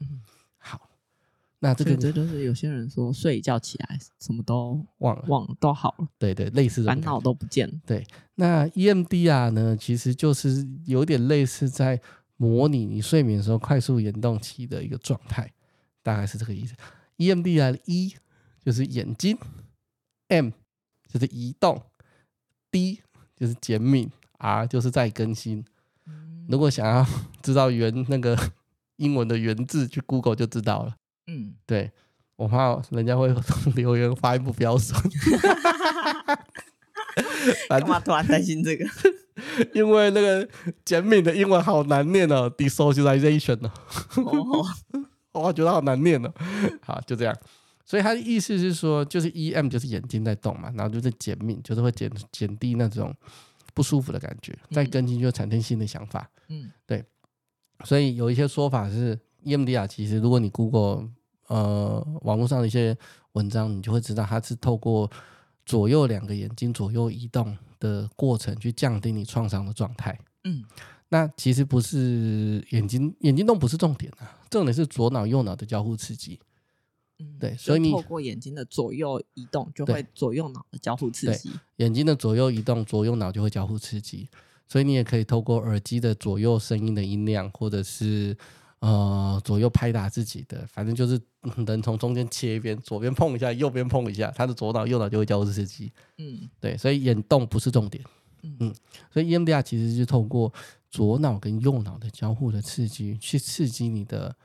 Speaker 1: 嗯
Speaker 2: 好，那这
Speaker 1: 所以
Speaker 2: 个
Speaker 1: 这就是有些人说睡一觉起来什么都
Speaker 2: 忘了，
Speaker 1: 忘了都好了，
Speaker 2: 对对，类似这种
Speaker 1: 烦
Speaker 2: 感觉
Speaker 1: 恼都不见了。
Speaker 2: 那 E EMDR 呢，其实就是有点类似在模拟你睡眠的时候快速眼动期的一个状态，大概是这个意思。EMDR 的 E 就是眼睛，M 就是移动，D 就是减敏，R 就是在更新。如果想要知道原那个英文的原字，去 Google 就知道了。
Speaker 1: 嗯，
Speaker 2: 对我怕人家会 留言发音不标准， 反
Speaker 1: 干
Speaker 2: 正
Speaker 1: 嘛突然担心 这个？
Speaker 2: 因为那个简敏的英文好难念哦，desocialization 哦，
Speaker 1: 哦，
Speaker 2: 我觉得好难念哦。 好，就这样。所以他的意思是说，就是 E M 就是眼睛在动嘛，然后就是减敏，就是会减减低那种不舒服的感觉，再更新就会产生新的想法。
Speaker 1: 嗯
Speaker 2: 所以有一些说法是 E M D R，其实如果你 Google 呃网络上的一些文章，你就会知道它是透过左右两个眼睛左右移动的过程去降低你创伤的状态。
Speaker 1: 嗯
Speaker 2: 那其实不是眼睛眼睛动不是重点啊，重点是左脑右脑的交互刺激。
Speaker 1: 嗯，
Speaker 2: 对
Speaker 1: 就
Speaker 2: 所以你
Speaker 1: 透过眼睛的左右移动，就
Speaker 2: 对
Speaker 1: 会左右脑的交互刺
Speaker 2: 对
Speaker 1: 激。
Speaker 2: 眼睛的左右移动，左右脑就会交互刺激，所以你也可以透过耳机的左右声音的音量，或者是呃左右拍打自己的，反正就是嗯人从中间切一边，左边碰一下，右边碰一下，他的左脑右脑就会交互刺激。
Speaker 1: 嗯
Speaker 2: 对，所以眼动不是重点。
Speaker 1: 嗯
Speaker 2: 嗯，所以 EMDR 其实是透过左脑跟右脑的交互的刺激，去刺激你的。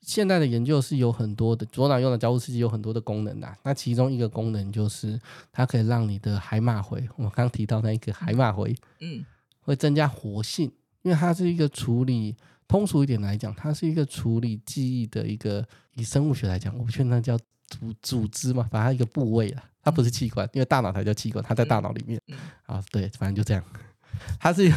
Speaker 2: 现在的研究是有很多的左脑右脑交互刺激有很多的功能啊，那其中一个功能就是它可以让你的海马回，我刚提到那一个海马回
Speaker 1: 嗯
Speaker 2: 会增加活性，因为它是一个处理通俗一点来讲，它是一个处理记忆的一个，以生物学来讲，我不确定那叫组组织嘛，反正它一个部位啦，它不是器官，因为大脑才叫器官，它在大脑里面。
Speaker 1: 嗯
Speaker 2: 啊，对，反正就这样，它是一个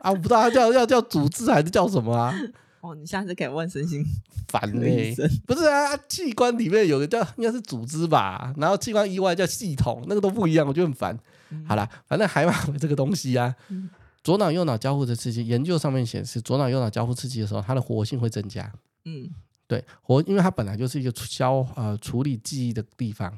Speaker 2: 啊，我不知道它叫要叫组织还是叫什么啊，
Speaker 1: 哦，你下次可以问身心
Speaker 2: 烦
Speaker 1: 科
Speaker 2: 嘞、
Speaker 1: 医生。
Speaker 2: 不是啊，器官里面有个叫应该是组织吧，然后器官以外叫系统，那个都不一样，我觉得很烦。好啦，反正海马 回这个东西啊，
Speaker 1: 嗯
Speaker 2: 左脑右脑交互的刺激，研究上面显示，左脑右脑交互刺激的时候，它的活性会增加。
Speaker 1: 嗯
Speaker 2: 对，活，因为它本来就是一个处消呃处理记忆的地方，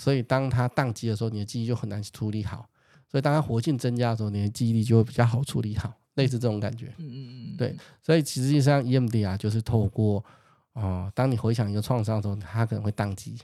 Speaker 2: 所以当它宕机的时候，你的记忆就很难处理好。所以当它活性增加的时候，你的记忆力就会比较好处理好，类似这种感觉。
Speaker 1: 嗯嗯嗯，
Speaker 2: 对，所以其实际上 E EMDR 啊就是透过呃，当你回想一个创伤的时候，它可能会宕机。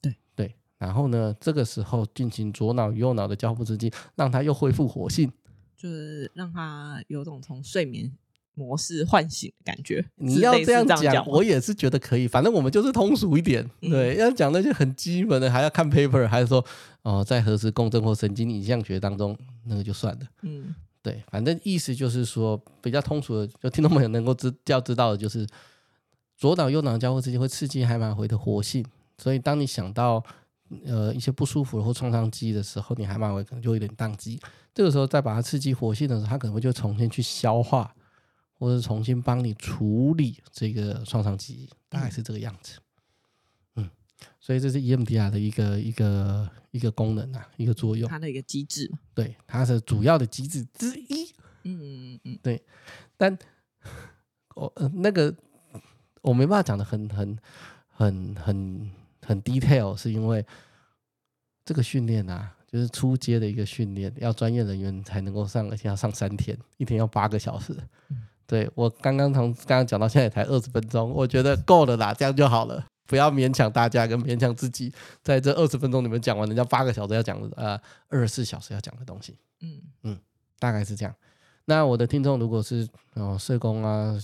Speaker 1: 对
Speaker 2: 对，然后呢，这个时候进行左脑与右脑的交互刺激，让它又恢复活性。
Speaker 1: 就是让他有种从睡眠模式唤醒的感觉。
Speaker 2: 你
Speaker 1: 是
Speaker 2: 要
Speaker 1: 类似这
Speaker 2: 这样
Speaker 1: 讲吗，
Speaker 2: 讲，我也是觉得可以。反正我们就是通俗一点，
Speaker 1: 嗯
Speaker 2: 对，要讲那些很基本的，还要看 paper，还是说哦、呃在核磁共振或神经影像学当中，那个就算了。
Speaker 1: 嗯
Speaker 2: 对，反正意思就是说，比较通俗的，就听众朋友能够知要知道的就是，左脑右脑交互之间会刺激海马回的活性，所以当你想到呃一些不舒服或创伤记忆的时候，你海马回可能就会有点宕机。这个时候再把它刺激活性的时候，它可能会就重新去消化，或者重新帮你处理这个创伤记忆，大概是这个样子。嗯，所以这是 E EMDR 的一个一个一个功能啊，一个作用。
Speaker 1: 他的一个机制嘛。
Speaker 2: 对，它是主要的机制之一。
Speaker 1: 嗯嗯嗯
Speaker 2: 但我、呃、那个我没办法讲的很很很很很 detail，是因为这个训练啊，就是初阶的一个训练，要专业人员才能够上，而且要上三天，一天要八个小时。 对我刚刚从刚刚讲到现在也才二十分钟，我觉得够了啦，这样就好了。不要勉强大家跟勉强自己，在这二十分钟里面讲完人家八个小时要讲的呃二十四小时要讲的东西，
Speaker 1: 嗯，
Speaker 2: 大概是这样。那我的听众如果是哦社工啊、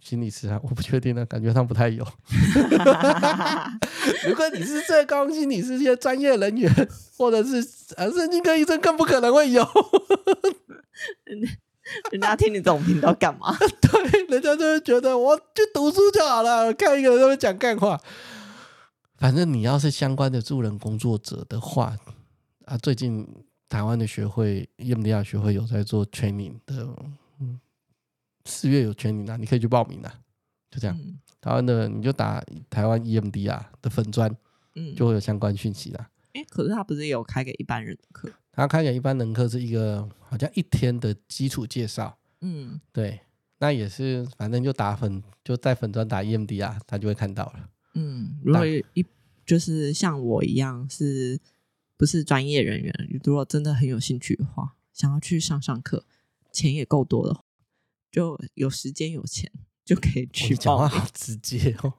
Speaker 2: 心理师啊，我不确定呢，感觉上不太有。
Speaker 1: 嗯
Speaker 2: 如果你是社工、心理师这些专业人员，或者是呃神经科医生，更不可能会 有。
Speaker 1: 人家听你这种频道干嘛？
Speaker 2: 对，人家就会觉得我去读书就好了，看一个人在那边讲干话。反正你要是相关的助人工作者的话，啊，最近台湾的学会 EMDR 学会有在做 training 的，嗯，四月有 training 啊，你可以去报名啊，就这样。
Speaker 1: 嗯
Speaker 2: 台湾的你就打台湾 E EMDR 啊的粉砖，
Speaker 1: 嗯，
Speaker 2: 就会有相关讯息啦。
Speaker 1: 哎，可是他不是也有开给一般人的课？
Speaker 2: 他开讲一般人课是一个好像一天的基础介绍，
Speaker 1: 嗯，
Speaker 2: 对，那也是，反正就打粉，就在粉砖打 EMD 啊，他就会看到了。
Speaker 1: 嗯，如果一就是像我一样是不是专业人员，如果真的很有兴趣的话，想要去上上课，钱也够多的话，就有时间有钱就可以
Speaker 2: 哇
Speaker 1: 去
Speaker 2: 你讲话
Speaker 1: 报名。
Speaker 2: 好直接 哦！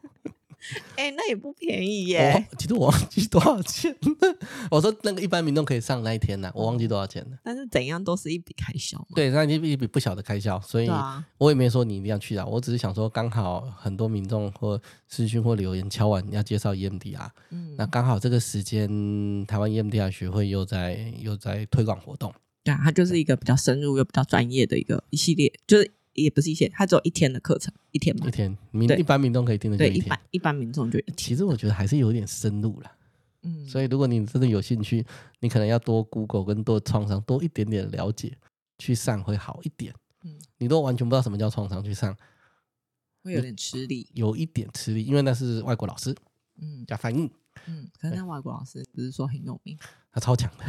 Speaker 1: 哎、那也不便宜
Speaker 2: 我忘其实我忘记多少钱了。我说那个一般民众可以上那一天呐、我忘记多少钱了。
Speaker 1: 但是怎样都是一笔开销嘛。
Speaker 2: 对，那一笔一笔不小的开销，所以
Speaker 1: 对啊，
Speaker 2: 我也没说你一定要去啊。我只是想说，刚好很多民众或私讯或留言敲完要介绍 EMD 啊，
Speaker 1: 嗯
Speaker 2: 那，刚好这个时间台湾 E EMDR 学会又在又在推广活动，
Speaker 1: 对啊，它就是一个比较深入又比较专业的一个一系列，就是也不是一系列，它只有一天的课程，一天嘛
Speaker 2: 一。天民
Speaker 1: 对
Speaker 2: 一般民众可以听的就
Speaker 1: 对，
Speaker 2: 一
Speaker 1: 一
Speaker 2: 天
Speaker 1: 般。一般民众就一
Speaker 2: 其
Speaker 1: 天。
Speaker 2: 实我觉得还是有点深入啦，
Speaker 1: 嗯，
Speaker 2: 所
Speaker 1: 以
Speaker 2: 以如果你真的有兴趣，你可能要多 Google 跟多创伤多一点点了解，去上会好一点。
Speaker 1: 嗯
Speaker 2: 你如果完全不知道什么叫创伤，去上
Speaker 1: 会有点吃力。
Speaker 2: 有一点吃力，因为那是外国老师
Speaker 1: 嗯
Speaker 2: 加翻译，
Speaker 1: 嗯，可是那外国老师不是说很有名，
Speaker 2: 他超强的，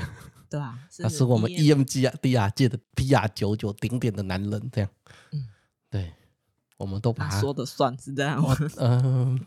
Speaker 1: 对啊，
Speaker 2: 他是我们
Speaker 1: EM
Speaker 2: EMG 啊 DR 界的 PR 九九顶点的男人，这样。
Speaker 1: 嗯啊
Speaker 2: 对，我们都把
Speaker 1: 他
Speaker 2: 他
Speaker 1: 说的算是这样吗。
Speaker 2: 嗯，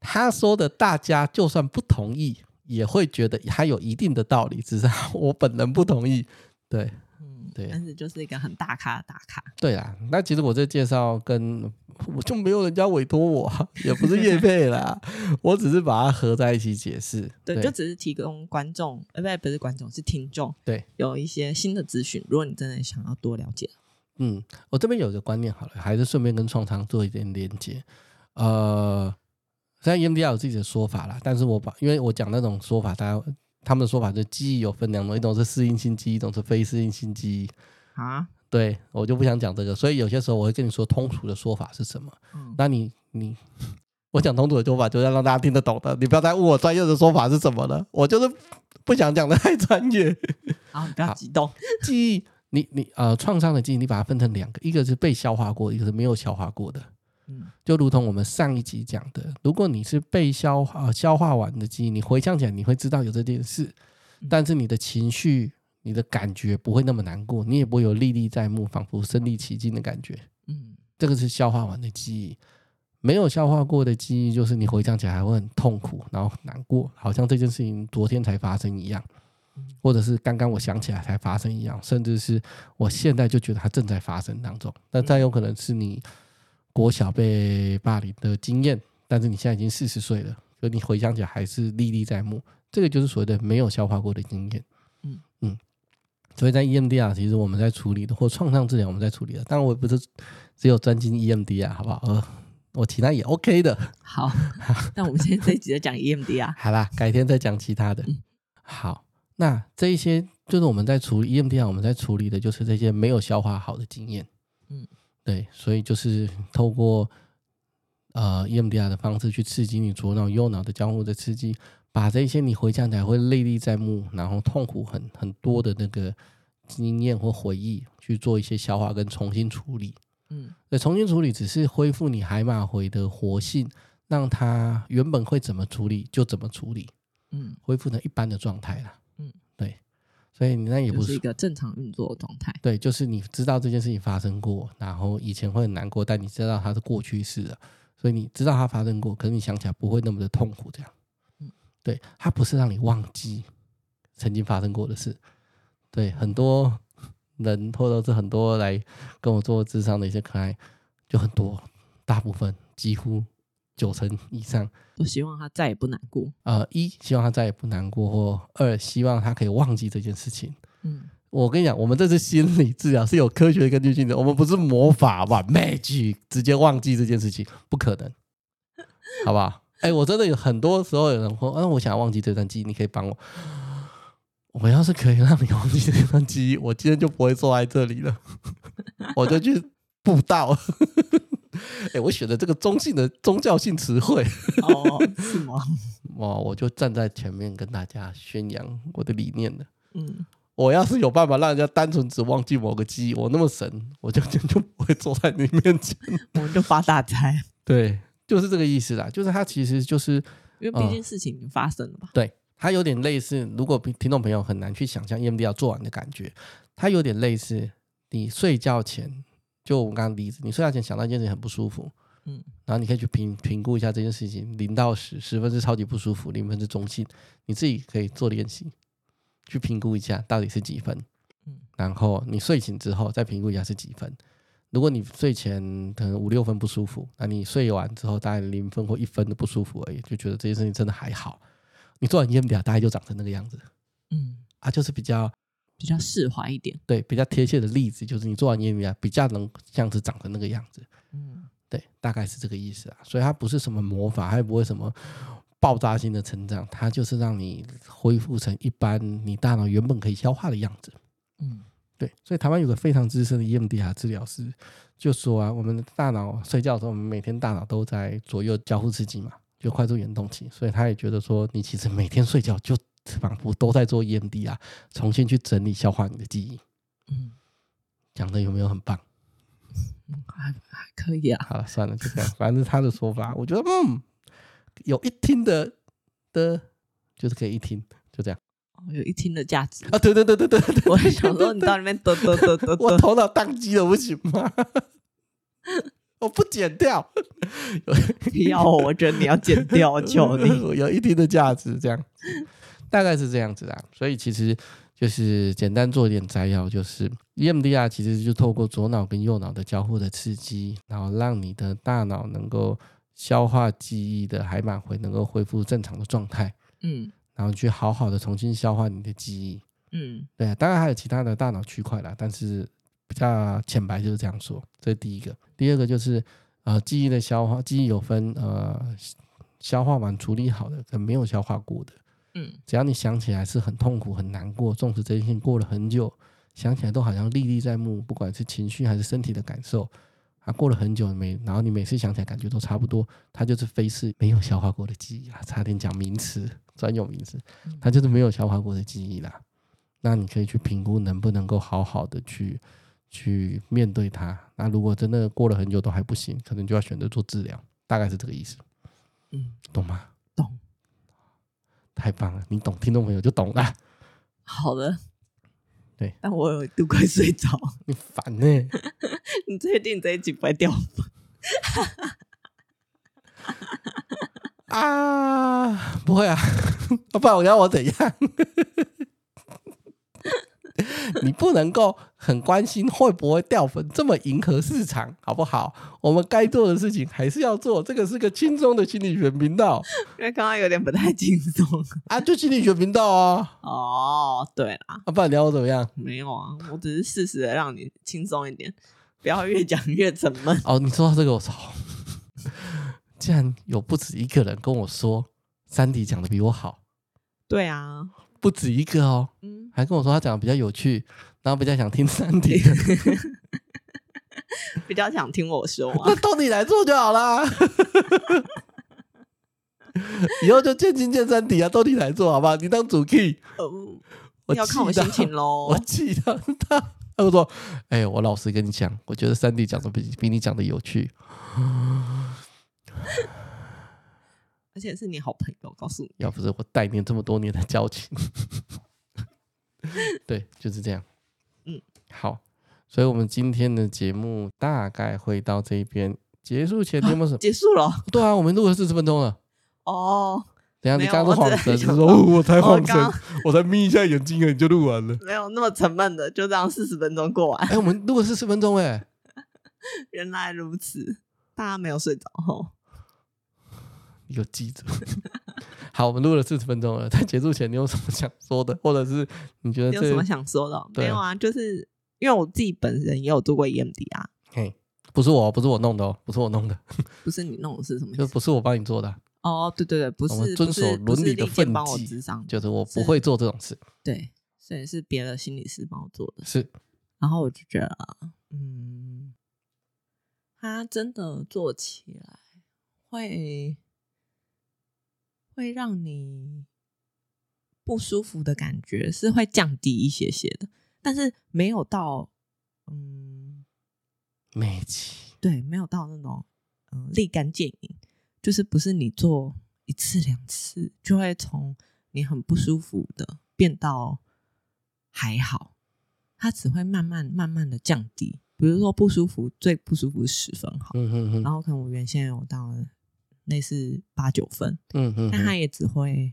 Speaker 2: 他说的，大家就算不同意，也会觉得他有一定的道理，只是我本人不同意。对
Speaker 1: 嗯，
Speaker 2: 对
Speaker 1: 但是就是一个很大咖的大咖。
Speaker 2: 对啦，那其实我这介绍跟我就没有人家委托我 啊，也不是业配啦， 我只是把它合在一起解释。
Speaker 1: 对，就只是提供观众，呃，不，不是观众，是听众，
Speaker 2: 对，
Speaker 1: 有一些新的资讯。如果你真的想要多了解，
Speaker 2: 嗯，我这边有一个观念好了，还是顺便跟创伤做一点连接。呃，虽然 EMDR 有自己的说法啦，但是我把因为我讲那种说法，大家他们的说法就是记忆有分两种，一种是适应性记忆，一种是非适应性记忆。
Speaker 1: 啊，
Speaker 2: 对我就不想讲这个，所以有些时候我会跟你说通俗的说法是什么。
Speaker 1: 嗯，
Speaker 2: 那你你我讲通俗的说法，就是要让大家听得懂的，你不要再问我专业的说法是什么了，我就是不想讲的太专业。
Speaker 1: 然后你不要
Speaker 2: 好
Speaker 1: 激动，
Speaker 2: 记忆，你你呃，创伤的记忆，你把它分成两个，一个是被消化过，一个是没有消化过的。
Speaker 1: 嗯
Speaker 2: 就如同我们上一集讲的，如果你是被消化、呃、消化完的记忆，你回想起来你会知道有这件事，但是你的情绪、你的感觉不会那么难过，你也不会有历历在目，仿佛身临其境的感觉。
Speaker 1: 嗯
Speaker 2: 这个是消化完的记忆。没有消化过的记忆，就是你回想起来还会很痛苦，然后很难过，好像这件事情昨天才发生一样，或者是刚刚我想起来才发生一样，甚至是我现在就觉得它正在发生当中。那再有可能是你国小被霸凌的经验，但是你现在已经四十岁了，所以你回想起来还是历历在目。这个就是所谓的没有消化过的经验。
Speaker 1: 嗯
Speaker 2: 嗯，所以在 E EMDR 其实我们在处理的，或创伤治疗我们在处理的，当然我也不是只有专精 EMD 啊，好不好？呃，我其他也 OK 的。
Speaker 1: 好， 那我们现在这一集就讲 EMD 啊，
Speaker 2: 好啦，改天再讲其他的
Speaker 1: 嗯。
Speaker 2: 好，那这一些就是我们在处理 EMD 啊，我们在处理的就是这些没有消化好的经验。
Speaker 1: 嗯
Speaker 2: 嗯，对，所以就是透过呃 EMDR 的方式去刺激你左脑右脑的交互的刺激，把这些你回想起来会历历在目，然后痛苦很很多的那个经验或回忆去做一些消化跟重新处理。
Speaker 1: 嗯
Speaker 2: 对，重新处理只是恢复你海马回的活性，让它原本会怎么处理就怎么处理，
Speaker 1: 嗯，
Speaker 2: 恢复成一般的状态啦。
Speaker 1: 嗯
Speaker 2: 嗯，对，所以你那也
Speaker 1: 就
Speaker 2: 不
Speaker 1: 是
Speaker 2: 是
Speaker 1: 一个正常运作的状态。
Speaker 2: 对，就是你知道这件事情发生过，然后以前会很难过，但你知道它是过去式了，所以你知道它发生过，可是你想起来不会那么的痛苦，这样。
Speaker 1: 嗯
Speaker 2: 嗯，对，它不是让你忘记曾经发生过的事。对，很多人或者是很多来跟我做智商的一些可爱，就很多，大部分几乎九成以上。
Speaker 1: 我希望他再也不难过。
Speaker 2: 呃，一希望他再也不难过，或二希望他可以忘记这件事情。
Speaker 1: 嗯，
Speaker 2: 我跟你讲，我们这是心理治疗，是有科学根据性的。我们不是魔法吧，magic 直接忘记这件事情，不可能，好吧？哎、我真的有很多时候有人说，嗯、我想忘记这段记忆，你可以帮我。我要是可以让你忘记这段记忆，我今天就不会坐在这里了，我就去布道。 哎、我选的这个中性的宗教性词汇，
Speaker 1: 哦，是吗？
Speaker 2: 哇，我就站在前面跟大家宣扬我的理念了。
Speaker 1: 嗯，
Speaker 2: 我要是有办法让人家单纯只忘记某个记忆，我那么神，我就 就就不会坐在你面前。
Speaker 1: 我们就发大财，
Speaker 2: 对，就是这个意思啦。就是它其实就是
Speaker 1: 因为
Speaker 2: 哦
Speaker 1: 毕竟事情已经发生了吧。
Speaker 2: 对它有点类似，如果听众朋友很难去想象 E EMDR 做完的感觉，它有点类似你睡觉前，就我们刚刚例子，你睡觉前想到一件事情很不舒服，
Speaker 1: 嗯
Speaker 2: 然后你可以去评评估一下这件事情，零到十，十分是超级不舒服，零分是中性，你自己可以做练习，去评估一下到底是几分。
Speaker 1: 嗯
Speaker 2: 然后你睡醒之后再评估一下是几分。如果你睡前可能五六分不舒服，那你睡完之后大概零分或一分的不舒服而已，就觉得这件事情真的还好。你做完 EMDR 大概就长成那个样子
Speaker 1: 嗯，
Speaker 2: 啊，就是比较
Speaker 1: 比较释怀一点。
Speaker 2: 对比较贴切的例子，就是你做完 EMDR 比较能像是长成那个样子。
Speaker 1: 嗯，
Speaker 2: 对，大概是这个意思啊。所以它不是什么魔法，它也不会什么爆炸性的成长，它就是让你恢复成一般你大脑原本可以消化的样子。
Speaker 1: 嗯
Speaker 2: 对，所以台湾有个非常资深的 E EMDR 啊治疗师就说啊，我们的大脑睡觉的时候，我们每天大脑都在左右交互刺激嘛，就快速眼动期，所以他也觉得说，你其实每天睡觉就仿佛都在做 E EMDR，重啊新去整理消化你的记忆。
Speaker 1: 嗯，
Speaker 2: 讲的有没有很棒？
Speaker 1: 还还可以啊。
Speaker 2: 好了，算了，就这样，反正是他的说法，我觉得嗯，有一听的的，就是可以一听，就这样
Speaker 1: 哦有一听的价值。
Speaker 2: 啊，对对对对对对，
Speaker 1: 我还想说，你到里面得得得得
Speaker 2: 我
Speaker 1: 得，
Speaker 2: 头脑宕机了，不行吗？ 我不剪掉，
Speaker 1: 不要哦，我觉得你要剪掉，我求你。
Speaker 2: 有一定的价值，这样大概是这样子啦。所以其实就是简单做一点摘要，就是 E EMDR 其实就透过左脑跟右脑的交互的刺激，然后让你的大脑能够消化记忆的海马回能够恢复正常的状态，
Speaker 1: 嗯
Speaker 2: 然后去好好的重新消化你的记忆。
Speaker 1: 嗯
Speaker 2: 对啊，当然还有其他的大脑区块啦，但是比较浅白就是这样说，这是第一个。第二个就是呃，记忆的消化，记忆有分呃消化完处理好的跟没有消化过的，
Speaker 1: 嗯
Speaker 2: 只要你想起来是很痛苦、很难过，纵使这件事情过了很久，想起来都好像历历在目，不管是情绪还是身体的感受。啊，过了很久每，然后你每次想起来感觉都差不多，它就是非是没有消化过的记忆啊，差点讲名词，专有名词，它就是没有消化过的记忆啦。那你可以去评估能不能够好好的去去面对它。那如果真的过了很久都还不行，可能就要选择做治疗，大概是这个意思，
Speaker 1: 嗯，
Speaker 2: 懂吗？
Speaker 1: 懂。
Speaker 2: 太棒了，你懂，听众朋友就懂了。
Speaker 1: 好的。
Speaker 2: 对，
Speaker 1: 但我有一度快睡着。
Speaker 2: 你烦呢、
Speaker 1: 你确定这一集不会掉吗？
Speaker 2: 啊，不会啊， 不然我要我怎样？ 你不能够很关心会不会掉粉，这么迎合市场，好不好？我们该做的事情还是要做，这个是个轻松的心理学频道
Speaker 1: 因为刚刚有点不太轻松。
Speaker 2: 啊，就心理学频道啊，
Speaker 1: 哦，对啦，
Speaker 2: 啊，不然你要我怎么样？
Speaker 1: 没有啊，我只是适时的让你轻松一点，不要越讲越沉 闷。
Speaker 2: 哦，你说到这个，我操！竟然有不止一个人跟我说，三迪讲的比我好，
Speaker 1: 对啊，
Speaker 2: 不止一个哦。
Speaker 1: 嗯，
Speaker 2: 还跟我说他讲的比较有趣，然后比较想听三 体的，
Speaker 1: 比较想听我说啊
Speaker 2: 那。都你来做就好啦。 以后就渐行渐三体啊，都你来做好不好？你当主 key，
Speaker 1: 呃
Speaker 2: 我
Speaker 1: 要看我
Speaker 2: 气到
Speaker 1: 心情喽
Speaker 2: 我。气到他，他就说：“哎、我老实跟你讲，我觉得三弟讲的比比你讲的有趣。
Speaker 1: 而且是你好朋友告诉你，
Speaker 2: 要不是我带念这么多年的交情， 对，就是这样。
Speaker 1: 嗯，
Speaker 2: 好，所以我们今天的节目大概会到这边结束前，你有没有什么？
Speaker 1: 结束了
Speaker 2: 对啊，我们录了四十分钟了。
Speaker 1: 哦。
Speaker 2: 等一下，
Speaker 1: 没
Speaker 2: 你
Speaker 1: 有
Speaker 2: 刚刚是
Speaker 1: 我
Speaker 2: 晃
Speaker 1: 只
Speaker 2: 神，
Speaker 1: 是
Speaker 2: 你说
Speaker 1: 想
Speaker 2: 哦我才
Speaker 1: 我
Speaker 2: 晃神
Speaker 1: 刚，
Speaker 2: 我才眯一下眼睛而已，你就录完了。
Speaker 1: 没有那么沉闷的，就这样四十分钟过完。
Speaker 2: 哎，我们录了四十分钟，哎，
Speaker 1: 原来如此，大家没有睡着吼。
Speaker 2: 一个哎记者。 好，我们录了四十分钟了，哎在结束前你有什么想说的，或者是你觉得
Speaker 1: 你有什么
Speaker 2: 这
Speaker 1: 想说的哦？
Speaker 2: 对
Speaker 1: 没有啊，就是因为我自己本人也有做过 EMD 啊，
Speaker 2: 嘿不是我，不是我弄的哦，不是我弄的，
Speaker 1: 不是你弄的是什么意
Speaker 2: 就
Speaker 1: 思？
Speaker 2: 不是我帮你做的啊，
Speaker 1: 哦，对对对，不
Speaker 2: 我们
Speaker 1: 是
Speaker 2: 遵
Speaker 1: 不是
Speaker 2: 守
Speaker 1: 不是
Speaker 2: 伦理的
Speaker 1: 立健
Speaker 2: 分
Speaker 1: 帮我
Speaker 2: 际
Speaker 1: 智商，
Speaker 2: 就是我不
Speaker 1: 是
Speaker 2: 会做这种事，
Speaker 1: 对，所以是别的心理师帮我做的。
Speaker 2: 是
Speaker 1: 然后我就觉得，嗯，他真的做起来会会让你不舒服的感觉是会降低一些些的，但是没有到，嗯，
Speaker 2: 美琪，
Speaker 1: 对，没有到那种嗯立竿见影，就是不是你做一次两次就会从你很不舒服的变到还好，它只会慢慢慢慢的降低。比如说不舒服，最不舒服十分好，
Speaker 2: 嗯哼哼，
Speaker 1: 然后可能我原先有到类似八九分，
Speaker 2: 嗯哼
Speaker 1: 但它
Speaker 2: 哼，
Speaker 1: 也只会，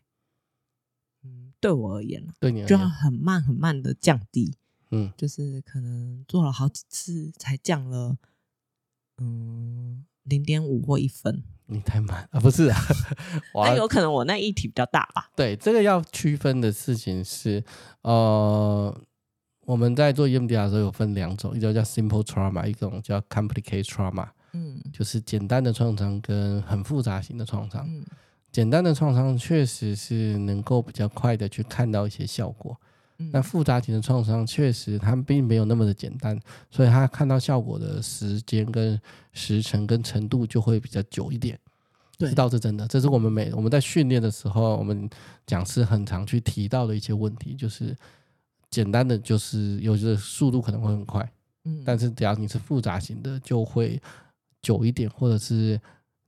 Speaker 1: 嗯，对我而言啦，
Speaker 2: 对你而
Speaker 1: 就要
Speaker 2: 言，
Speaker 1: 很慢很慢的降低。
Speaker 2: 嗯
Speaker 1: 就是可能做了好几次才降了，嗯，零点五或一分。
Speaker 2: 你太慢啊，不是啊， 我
Speaker 1: 但
Speaker 2: 要
Speaker 1: 有可能我那议题比较大吧。
Speaker 2: 对，这个要区分的事情是，呃，我们在做 E EMDR 的时候有分两种，一种叫 simple trauma，一种叫 complicated trauma，
Speaker 1: 嗯
Speaker 2: 就是简单的创伤跟很复杂型的创伤。
Speaker 1: 嗯
Speaker 2: 简单的创伤确实是能够比较快的去看到一些效果，
Speaker 1: 嗯
Speaker 2: 那复杂型的创伤确实它并没有那么的简单，所以它看到效果的时间跟时程跟程度就会比较久一点。
Speaker 1: 对
Speaker 2: 知道是真的，这是我们每我们在训练的时候，我们讲师很常去提到的一些问题，就是简单的就是有的速度可能会很快，
Speaker 1: 嗯
Speaker 2: 但是只要你是复杂型的，就会久一点，或者是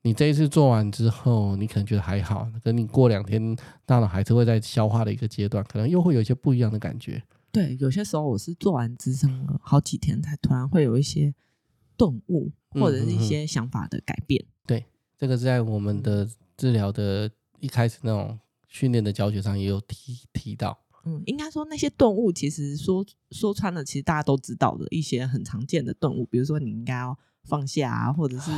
Speaker 2: 你这一次做完之后，你可能觉得还好，可你过两天大脑还是会在消化的一个阶段，可能又会有一些不一样的感觉。
Speaker 1: 对，有些时候我是做完智商了好几天，才突然会有一些顿悟
Speaker 2: 嗯
Speaker 1: 或者是
Speaker 2: 嗯嗯
Speaker 1: 一些想法的改变。
Speaker 2: 这个在我们的治疗的一开始那种训练的教学上也有提提到。
Speaker 1: 嗯，应该说那些顿悟，其实说说穿了，其实大家都知道的一些很常见的顿悟，比如说你应该要放下啊，或者是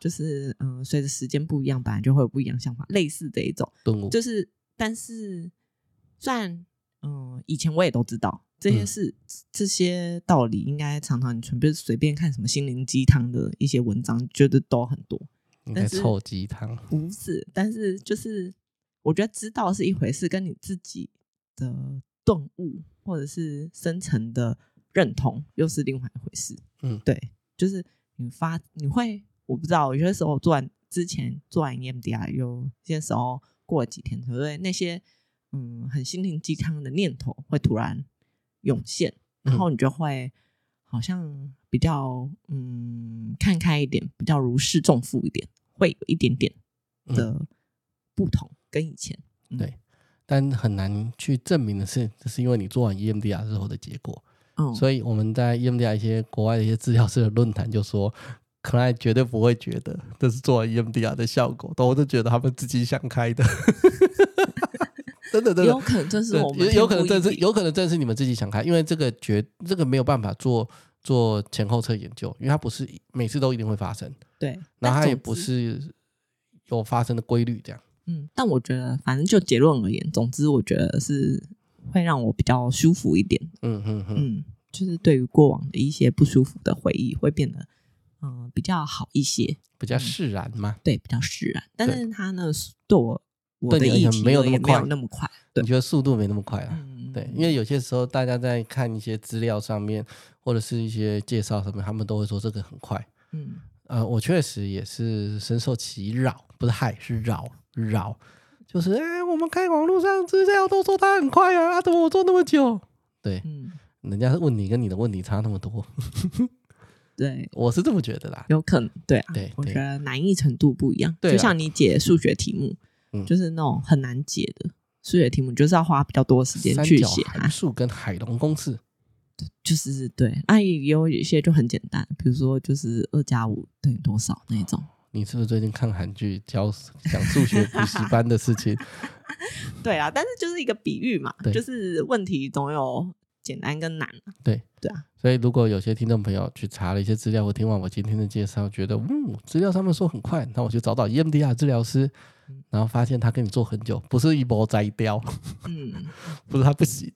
Speaker 1: 就是嗯，随着时间不一样，本来就会有不一样想法，类似这一种。
Speaker 2: 顿悟，
Speaker 1: 就是，但是虽然嗯，以前我也都知道这些
Speaker 2: 嗯
Speaker 1: 事、这些道理，应该常常你随便随便看什么心灵鸡汤的一些文章，觉得都很多，
Speaker 2: 你在
Speaker 1: 但是
Speaker 2: 臭鸡汤。
Speaker 1: 不是？但是就是我觉得知道是一回事，跟你自己的顿悟或者是深层的认同又是另外一回事。
Speaker 2: 嗯
Speaker 1: 对，就是你发你会，我不知道，有些时候做完之前做完 EMDR，有些时候过了几天，所以那些嗯很心灵鸡汤的念头会突然涌现，然后你就会好像比较嗯看开一点，比较如释重负一点，会有一点点的不同、跟以前。嗯
Speaker 2: 对但很难去证明的是，这是因为你做完 E EMDR 之后的结果。
Speaker 1: 嗯，
Speaker 2: 所以我们在 E EMDR 一些国外的一些治疗师的论坛就说，可爱绝对不会觉得这是做完 E EMDR 的效果，都是觉得他们自己想开的。 真的，真的
Speaker 1: 有，可能这是
Speaker 2: 对
Speaker 1: 我们
Speaker 2: 有有可能
Speaker 1: 这
Speaker 2: 正是有可能正是你们自己想开，因为这个绝这个没有办法做做前后侧研究，因为它不是每次都一定会发生，
Speaker 1: 对，
Speaker 2: 然后
Speaker 1: 但
Speaker 2: 它也
Speaker 1: 总
Speaker 2: 不
Speaker 1: 之
Speaker 2: 是有发生的规律这样。
Speaker 1: 嗯，但我觉得反正就结论而言，总之我觉得是会让我比较舒服一点。
Speaker 2: 嗯嗯嗯，
Speaker 1: 嗯，就是对于过往的一些不舒服的回忆会变得嗯、比较好一些，
Speaker 2: 比较释然嘛。
Speaker 1: 对，比较释然。但
Speaker 2: 对
Speaker 1: 是它呢，对我我的
Speaker 2: 对你而
Speaker 1: 议
Speaker 2: 言
Speaker 1: 题
Speaker 2: 没有
Speaker 1: 而
Speaker 2: 那么
Speaker 1: 言
Speaker 2: 快
Speaker 1: 那么快，对
Speaker 2: 你，觉得速度没那么快啦？
Speaker 1: 嗯，
Speaker 2: 对，因为有些时候大家在看一些资料上面，或者是一些介绍上面，他们都会说这个很快。
Speaker 1: 嗯
Speaker 2: 呃，我确实也是深受其扰，不是害，是扰扰，就是哎、我们看网络上资料都说它很快啊，啊怎么我做那么久？对，
Speaker 1: 嗯，
Speaker 2: 人家是问你跟你的问题差那么多，
Speaker 1: 对，
Speaker 2: 我是这么觉得啦。
Speaker 1: 有可能对啊，
Speaker 2: 对
Speaker 1: 我
Speaker 2: 对
Speaker 1: 觉得难易程度不一样，
Speaker 2: 对啊
Speaker 1: 就像你解数学题目，
Speaker 2: 嗯
Speaker 1: 就是那种很难解的数学题目，就是要花比较多时间
Speaker 2: 三
Speaker 1: 去
Speaker 2: 角
Speaker 1: 写啊它
Speaker 2: 函数跟海龙公式，
Speaker 1: 就是对，那、也有一些就很简单，比如说就是二加五等于多少那一种。
Speaker 2: 你是不是最近看韩剧教讲数学补习班的事情？
Speaker 1: 对啊，但是就是一个比喻嘛
Speaker 2: 对，
Speaker 1: 就是问题总有简单跟难啊。
Speaker 2: 所以，如果有些听众朋友去查了一些资料，或听完我今天的介绍，觉得嗯，资料上面说很快，那我就找找 E EMDR 治疗师，然后发现他跟你做很久，不是一波摘掉，
Speaker 1: 嗯，
Speaker 2: 不是他不行，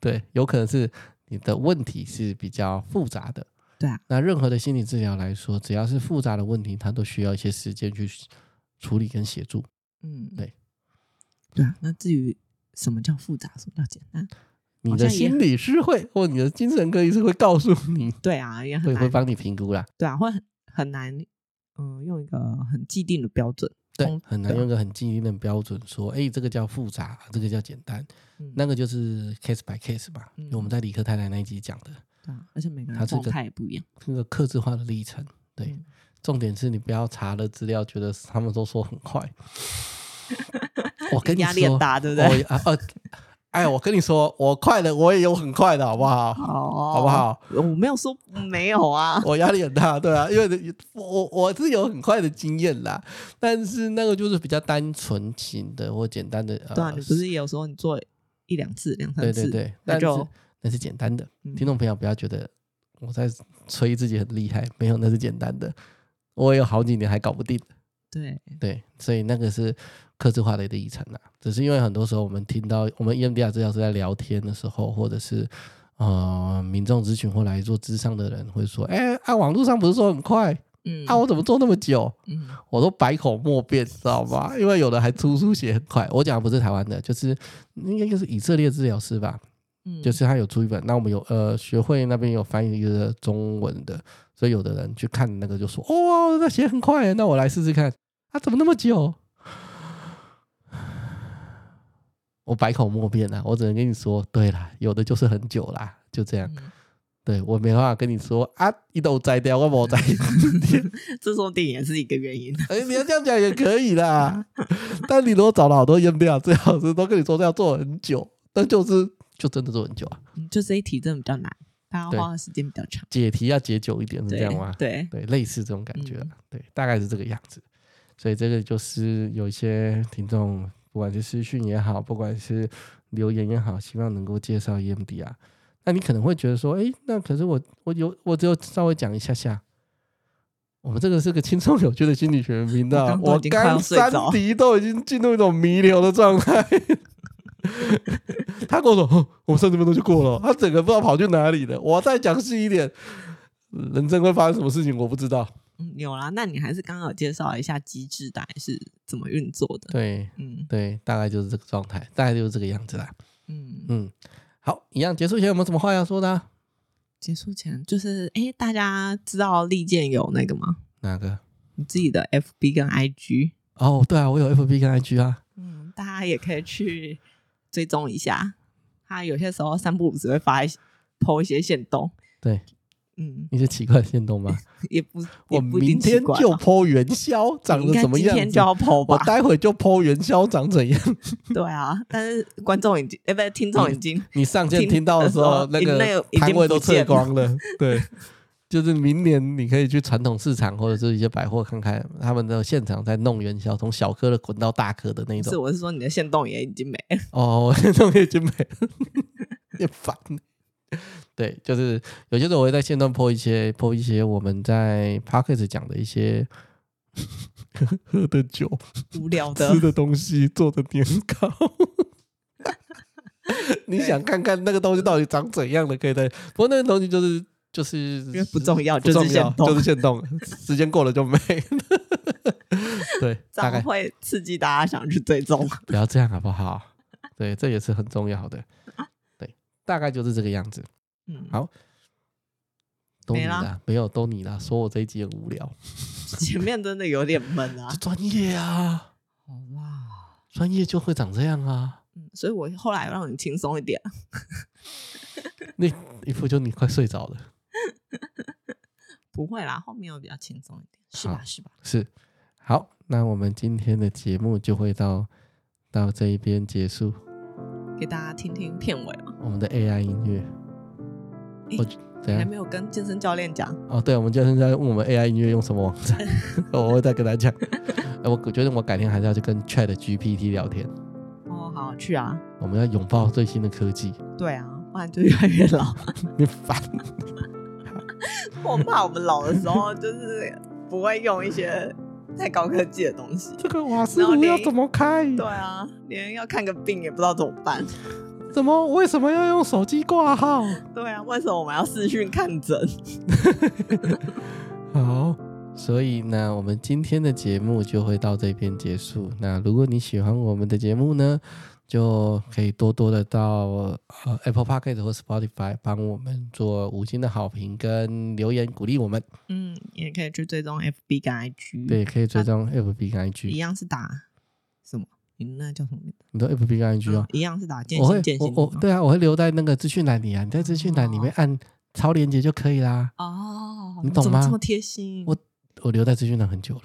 Speaker 2: 对，有可能是你的问题是比较复杂的。
Speaker 1: 对啊，
Speaker 2: 那任何的心理治疗来说，只要是复杂的问题，它都需要一些时间去处理跟协助。
Speaker 1: 嗯，
Speaker 2: 对，
Speaker 1: 对啊。那至于什么叫复杂，什么叫简单，
Speaker 2: 你
Speaker 1: 好
Speaker 2: 的
Speaker 1: 像也
Speaker 2: 心理师会或你的精神科医师会告诉你，
Speaker 1: 对啊，也很
Speaker 2: 会会
Speaker 1: 难，
Speaker 2: 帮你评估啦。
Speaker 1: 对啊，会很很难，嗯，用一个很既定的标准。
Speaker 2: 对
Speaker 1: 通，
Speaker 2: 很难用一个很既定的标准说，哎，这个叫复杂，这个叫简单，
Speaker 1: 嗯
Speaker 2: 那个就是 case by case 吧。
Speaker 1: 嗯
Speaker 2: 我们在理科太太那一集讲的
Speaker 1: 对啊，而且每个
Speaker 2: 它
Speaker 1: 人
Speaker 2: 是一
Speaker 1: 状
Speaker 2: 个
Speaker 1: 态也不一样。
Speaker 2: 那个克制化的历程，对。
Speaker 1: 嗯
Speaker 2: 重点是你不要查了资料，觉得他们都说很快。 我跟你
Speaker 1: 压力很
Speaker 2: 说，
Speaker 1: 大，对不对？
Speaker 2: 我啊呃，哎，我跟你说，我快的我也有很快的，好不好？
Speaker 1: 哦
Speaker 2: 好不？好？
Speaker 1: 我没有说没有啊。
Speaker 2: 我压力很大，对啊，因为我我是有很快的经验啦，但是那个就是比较单纯型的或简单的，呃、
Speaker 1: 对啊，你不是也有时候你做一两次、两
Speaker 2: 对
Speaker 1: 三
Speaker 2: 对
Speaker 1: 次，
Speaker 2: 对，
Speaker 1: 那
Speaker 2: 但
Speaker 1: 就是
Speaker 2: 那是简单的，
Speaker 1: 嗯
Speaker 2: 听众朋友不要觉得我在吹自己很厉害，没有，那是简单的，我有好几年还搞不定，
Speaker 1: 对
Speaker 2: 对，所以那个是克制化的一个历程啦。只是因为很多时候我们听到我们 E EMDR 治疗师在聊天的时候，或者是呃民众咨询或来做咨商的人会说，哎、啊网络上不是说很快
Speaker 1: 嗯
Speaker 2: 啊，我怎么做那么久？
Speaker 1: 嗯
Speaker 2: 我都百口莫辩，知道吗？因为有的还出书写很快。我讲的不是台湾的，就是应该就是以色列治疗师吧，
Speaker 1: 嗯，
Speaker 2: 就是他有出一本，那我们有呃学会那边有翻译一个中文的，所以有的人去看那个就说，哦，那写很快耶，那我来试试看，啊，怎么那么久？ 我百口莫辩啊啦，我只能跟你说，对啦，有的就是很久啦，就这样。
Speaker 1: 嗯
Speaker 2: 对我没办法跟你说啊，一都摘掉，我没摘。
Speaker 1: 这说不定也是一个原因。
Speaker 2: 哎、你要这样讲也可以啦。 但你如果找了好多验不了，最好是都跟你说要做很久，但就是就真的做很久啊。
Speaker 1: 嗯就这一题真的比较难，大家花的时间比较长。
Speaker 2: 解题要解久一点，是
Speaker 1: 对
Speaker 2: 嗯这样吗？
Speaker 1: 对，
Speaker 2: 对，类似这种感觉啦、
Speaker 1: 嗯
Speaker 2: 对，大概是这个样子。所以这个就是有一些听众，不管是私讯也好，不管是留言也好，希望能够介绍 EMD 啊。那你可能会觉得说，哎，那可是我我有我只有稍微讲一下下。我们这个是个轻松有趣的心理学频道，
Speaker 1: 我刚都
Speaker 2: 我
Speaker 1: 已经快要
Speaker 2: 刚
Speaker 1: 睡着
Speaker 2: 三迪都已经进入一种弥留的状态。他跟我说哦：“我们三十分钟就过了。”他整个不知道跑去哪里了。我再讲细一点，人生会发生什么事情我不知道。
Speaker 1: 嗯，有啦。那你还是刚好介绍一下机制大概是怎么运作的。
Speaker 2: 对
Speaker 1: 嗯
Speaker 2: 对，大概就是这个状态，大概就是这个样子啦。
Speaker 1: 嗯，
Speaker 2: 嗯，好，一样结束前有没有什么话要说的啊、
Speaker 1: 结束前就是，哎，大家知道利剑有那个吗？
Speaker 2: 哪个？
Speaker 1: 你自己的 FB 跟 IG，
Speaker 2: 哦，对啊，我有 FB 跟 IG 啊。
Speaker 1: 嗯，大家也可以去追踪一下。他有些时候三不五时会发一些 po 一些线动，
Speaker 2: 对，
Speaker 1: 嗯，
Speaker 2: 一些奇怪的行动吗？
Speaker 1: 也不
Speaker 2: 我
Speaker 1: 也不一定
Speaker 2: 明天
Speaker 1: 奇怪
Speaker 2: 就
Speaker 1: 啦
Speaker 2: 剖元宵，长
Speaker 1: 应
Speaker 2: 得
Speaker 1: 该
Speaker 2: 怎么
Speaker 1: 今
Speaker 2: 样子？
Speaker 1: 天就要 po
Speaker 2: 我
Speaker 1: 吧？
Speaker 2: 待会就剖元宵长怎样？
Speaker 1: 对啊，但是观众已经，哎、不是听众已经，
Speaker 2: 你上线
Speaker 1: 听
Speaker 2: 听到的时候，那
Speaker 1: 的时候那
Speaker 2: 个
Speaker 1: 个已经
Speaker 2: 摊位都
Speaker 1: 不见
Speaker 2: 撤
Speaker 1: 了
Speaker 2: 光了。对， 就是明年你可以去传统市场或者是一些百货看看，他们的现场在弄元宵，从小颗的滚到大颗的那一
Speaker 1: 不
Speaker 2: 种
Speaker 1: 是，。我是说你的线动也已经没了。
Speaker 2: 哦，我都可以准备， 也烦。对，就是有些时候我会在线段播一些播一些我们在 p o c k e t 讲的一些 喝的酒、
Speaker 1: 无聊的
Speaker 2: 吃，的东西、做的年 糕。你想看看那个东西到底长怎样的？可以在，不过那个东西就是就是
Speaker 1: 因为不重要，
Speaker 2: 不
Speaker 1: 就
Speaker 2: 重
Speaker 1: 是
Speaker 2: 要
Speaker 1: 线，动，
Speaker 2: 就是现动，时间过了就 没了。对，
Speaker 1: 这
Speaker 2: 大概
Speaker 1: 样会刺激大家想去追踪。啊
Speaker 2: 不要这样好不好？对，这也是很重要的。对，大概就是这个样子。
Speaker 1: 嗯，
Speaker 2: 好都你
Speaker 1: 没啦
Speaker 2: 啦，没有都你啦，说我这一集很无聊，
Speaker 1: 嗯前面真的有点闷啊
Speaker 2: 这。专业啊，
Speaker 1: 好啦，
Speaker 2: 专业就会长这样啊。
Speaker 1: 嗯，所以我后来让你轻松一点。啊
Speaker 2: 那一副就你快睡着了，
Speaker 1: 不会啦，后面我比较轻松一点，是
Speaker 2: 好
Speaker 1: 吧？是吧？
Speaker 2: 是。好，那我们今天的节目就会到到这一边结束。
Speaker 1: 给大家听听片尾啊嘛。
Speaker 2: 我们的 AI 音乐，
Speaker 1: 诶
Speaker 2: 我怎
Speaker 1: 你还
Speaker 2: 样？
Speaker 1: 没有跟健身教练讲，
Speaker 2: 哦，对，我们就是在问我们 AI 音乐用什么网 站，我会再跟他讲。 哎我觉得我改天还是要去跟 Chat GPT 聊天。
Speaker 1: 哦，好去啊，
Speaker 2: 我们要拥抱最新的科技。
Speaker 1: 对啊，不慢就越来越老。
Speaker 2: 你烦。
Speaker 1: 我怕我们老的时候就是不会用一些太高科技的东西。
Speaker 2: 这个瓦斯
Speaker 1: 然后
Speaker 2: 炉
Speaker 1: 连
Speaker 2: 要怎么开？
Speaker 1: 对啊，连要看个病也不知道怎么办。
Speaker 2: 怎么为什么要用手机挂号？
Speaker 1: 对啊，为什么我们要视讯看诊？
Speaker 2: 好，所以呢，我们今天的节目就会到这边结束。那如果你喜欢我们的节目呢，就可以多多的到呃 Apple Podcast 或 Spotify 帮我们做五星的好评跟留言鼓励我们。
Speaker 1: 嗯，也可以去追踪 FB 跟 IG，
Speaker 2: 对，，可以追踪 FB 跟
Speaker 1: 一
Speaker 2: IG，
Speaker 1: 样是打什么？你那叫什么名字？啊
Speaker 2: 你的 FB 跟 IG 哦。
Speaker 1: 一样是打健
Speaker 2: 我会
Speaker 1: 行健哦
Speaker 2: 我
Speaker 1: 行。
Speaker 2: 我对啊，我会留在那个资讯栏里啊，你在资讯栏里面按超链接就可以啦。
Speaker 1: 哦，
Speaker 2: 你懂
Speaker 1: 怎么
Speaker 2: 吗
Speaker 1: 这么贴心，
Speaker 2: 我我留在资讯栏很久 了，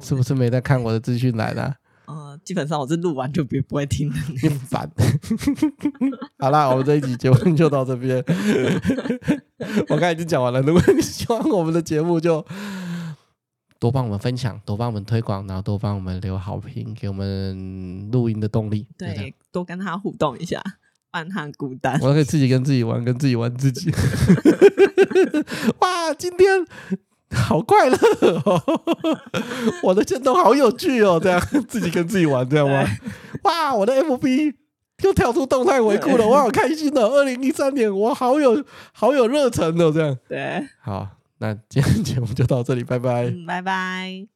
Speaker 2: 是不是没在看我的资讯栏啊？
Speaker 1: 呃，基本上我是录完就别不会听的。
Speaker 2: 你很烦。好啦，我们这一集节目就到这边。我刚才已经讲完了，如果你喜欢我们的节目，就多帮我们分享，多帮我们推广，然后多帮我们留好评，给我们录音的动力。就这样
Speaker 1: 对，多跟他互动一下，万汉孤单。
Speaker 2: 我可以自己跟自己玩，跟自己玩自己。 哇，今天好快乐哦！ 我的震动好有趣哦，这样自己跟自己玩，这样吗？哇，我的 FB 又跳出动态回顾了，我好开心哦！二零一三年，我好有好有热忱哦，这样。
Speaker 1: 对，
Speaker 2: 好，那今天节目就到这里，拜拜。
Speaker 1: 嗯，拜拜。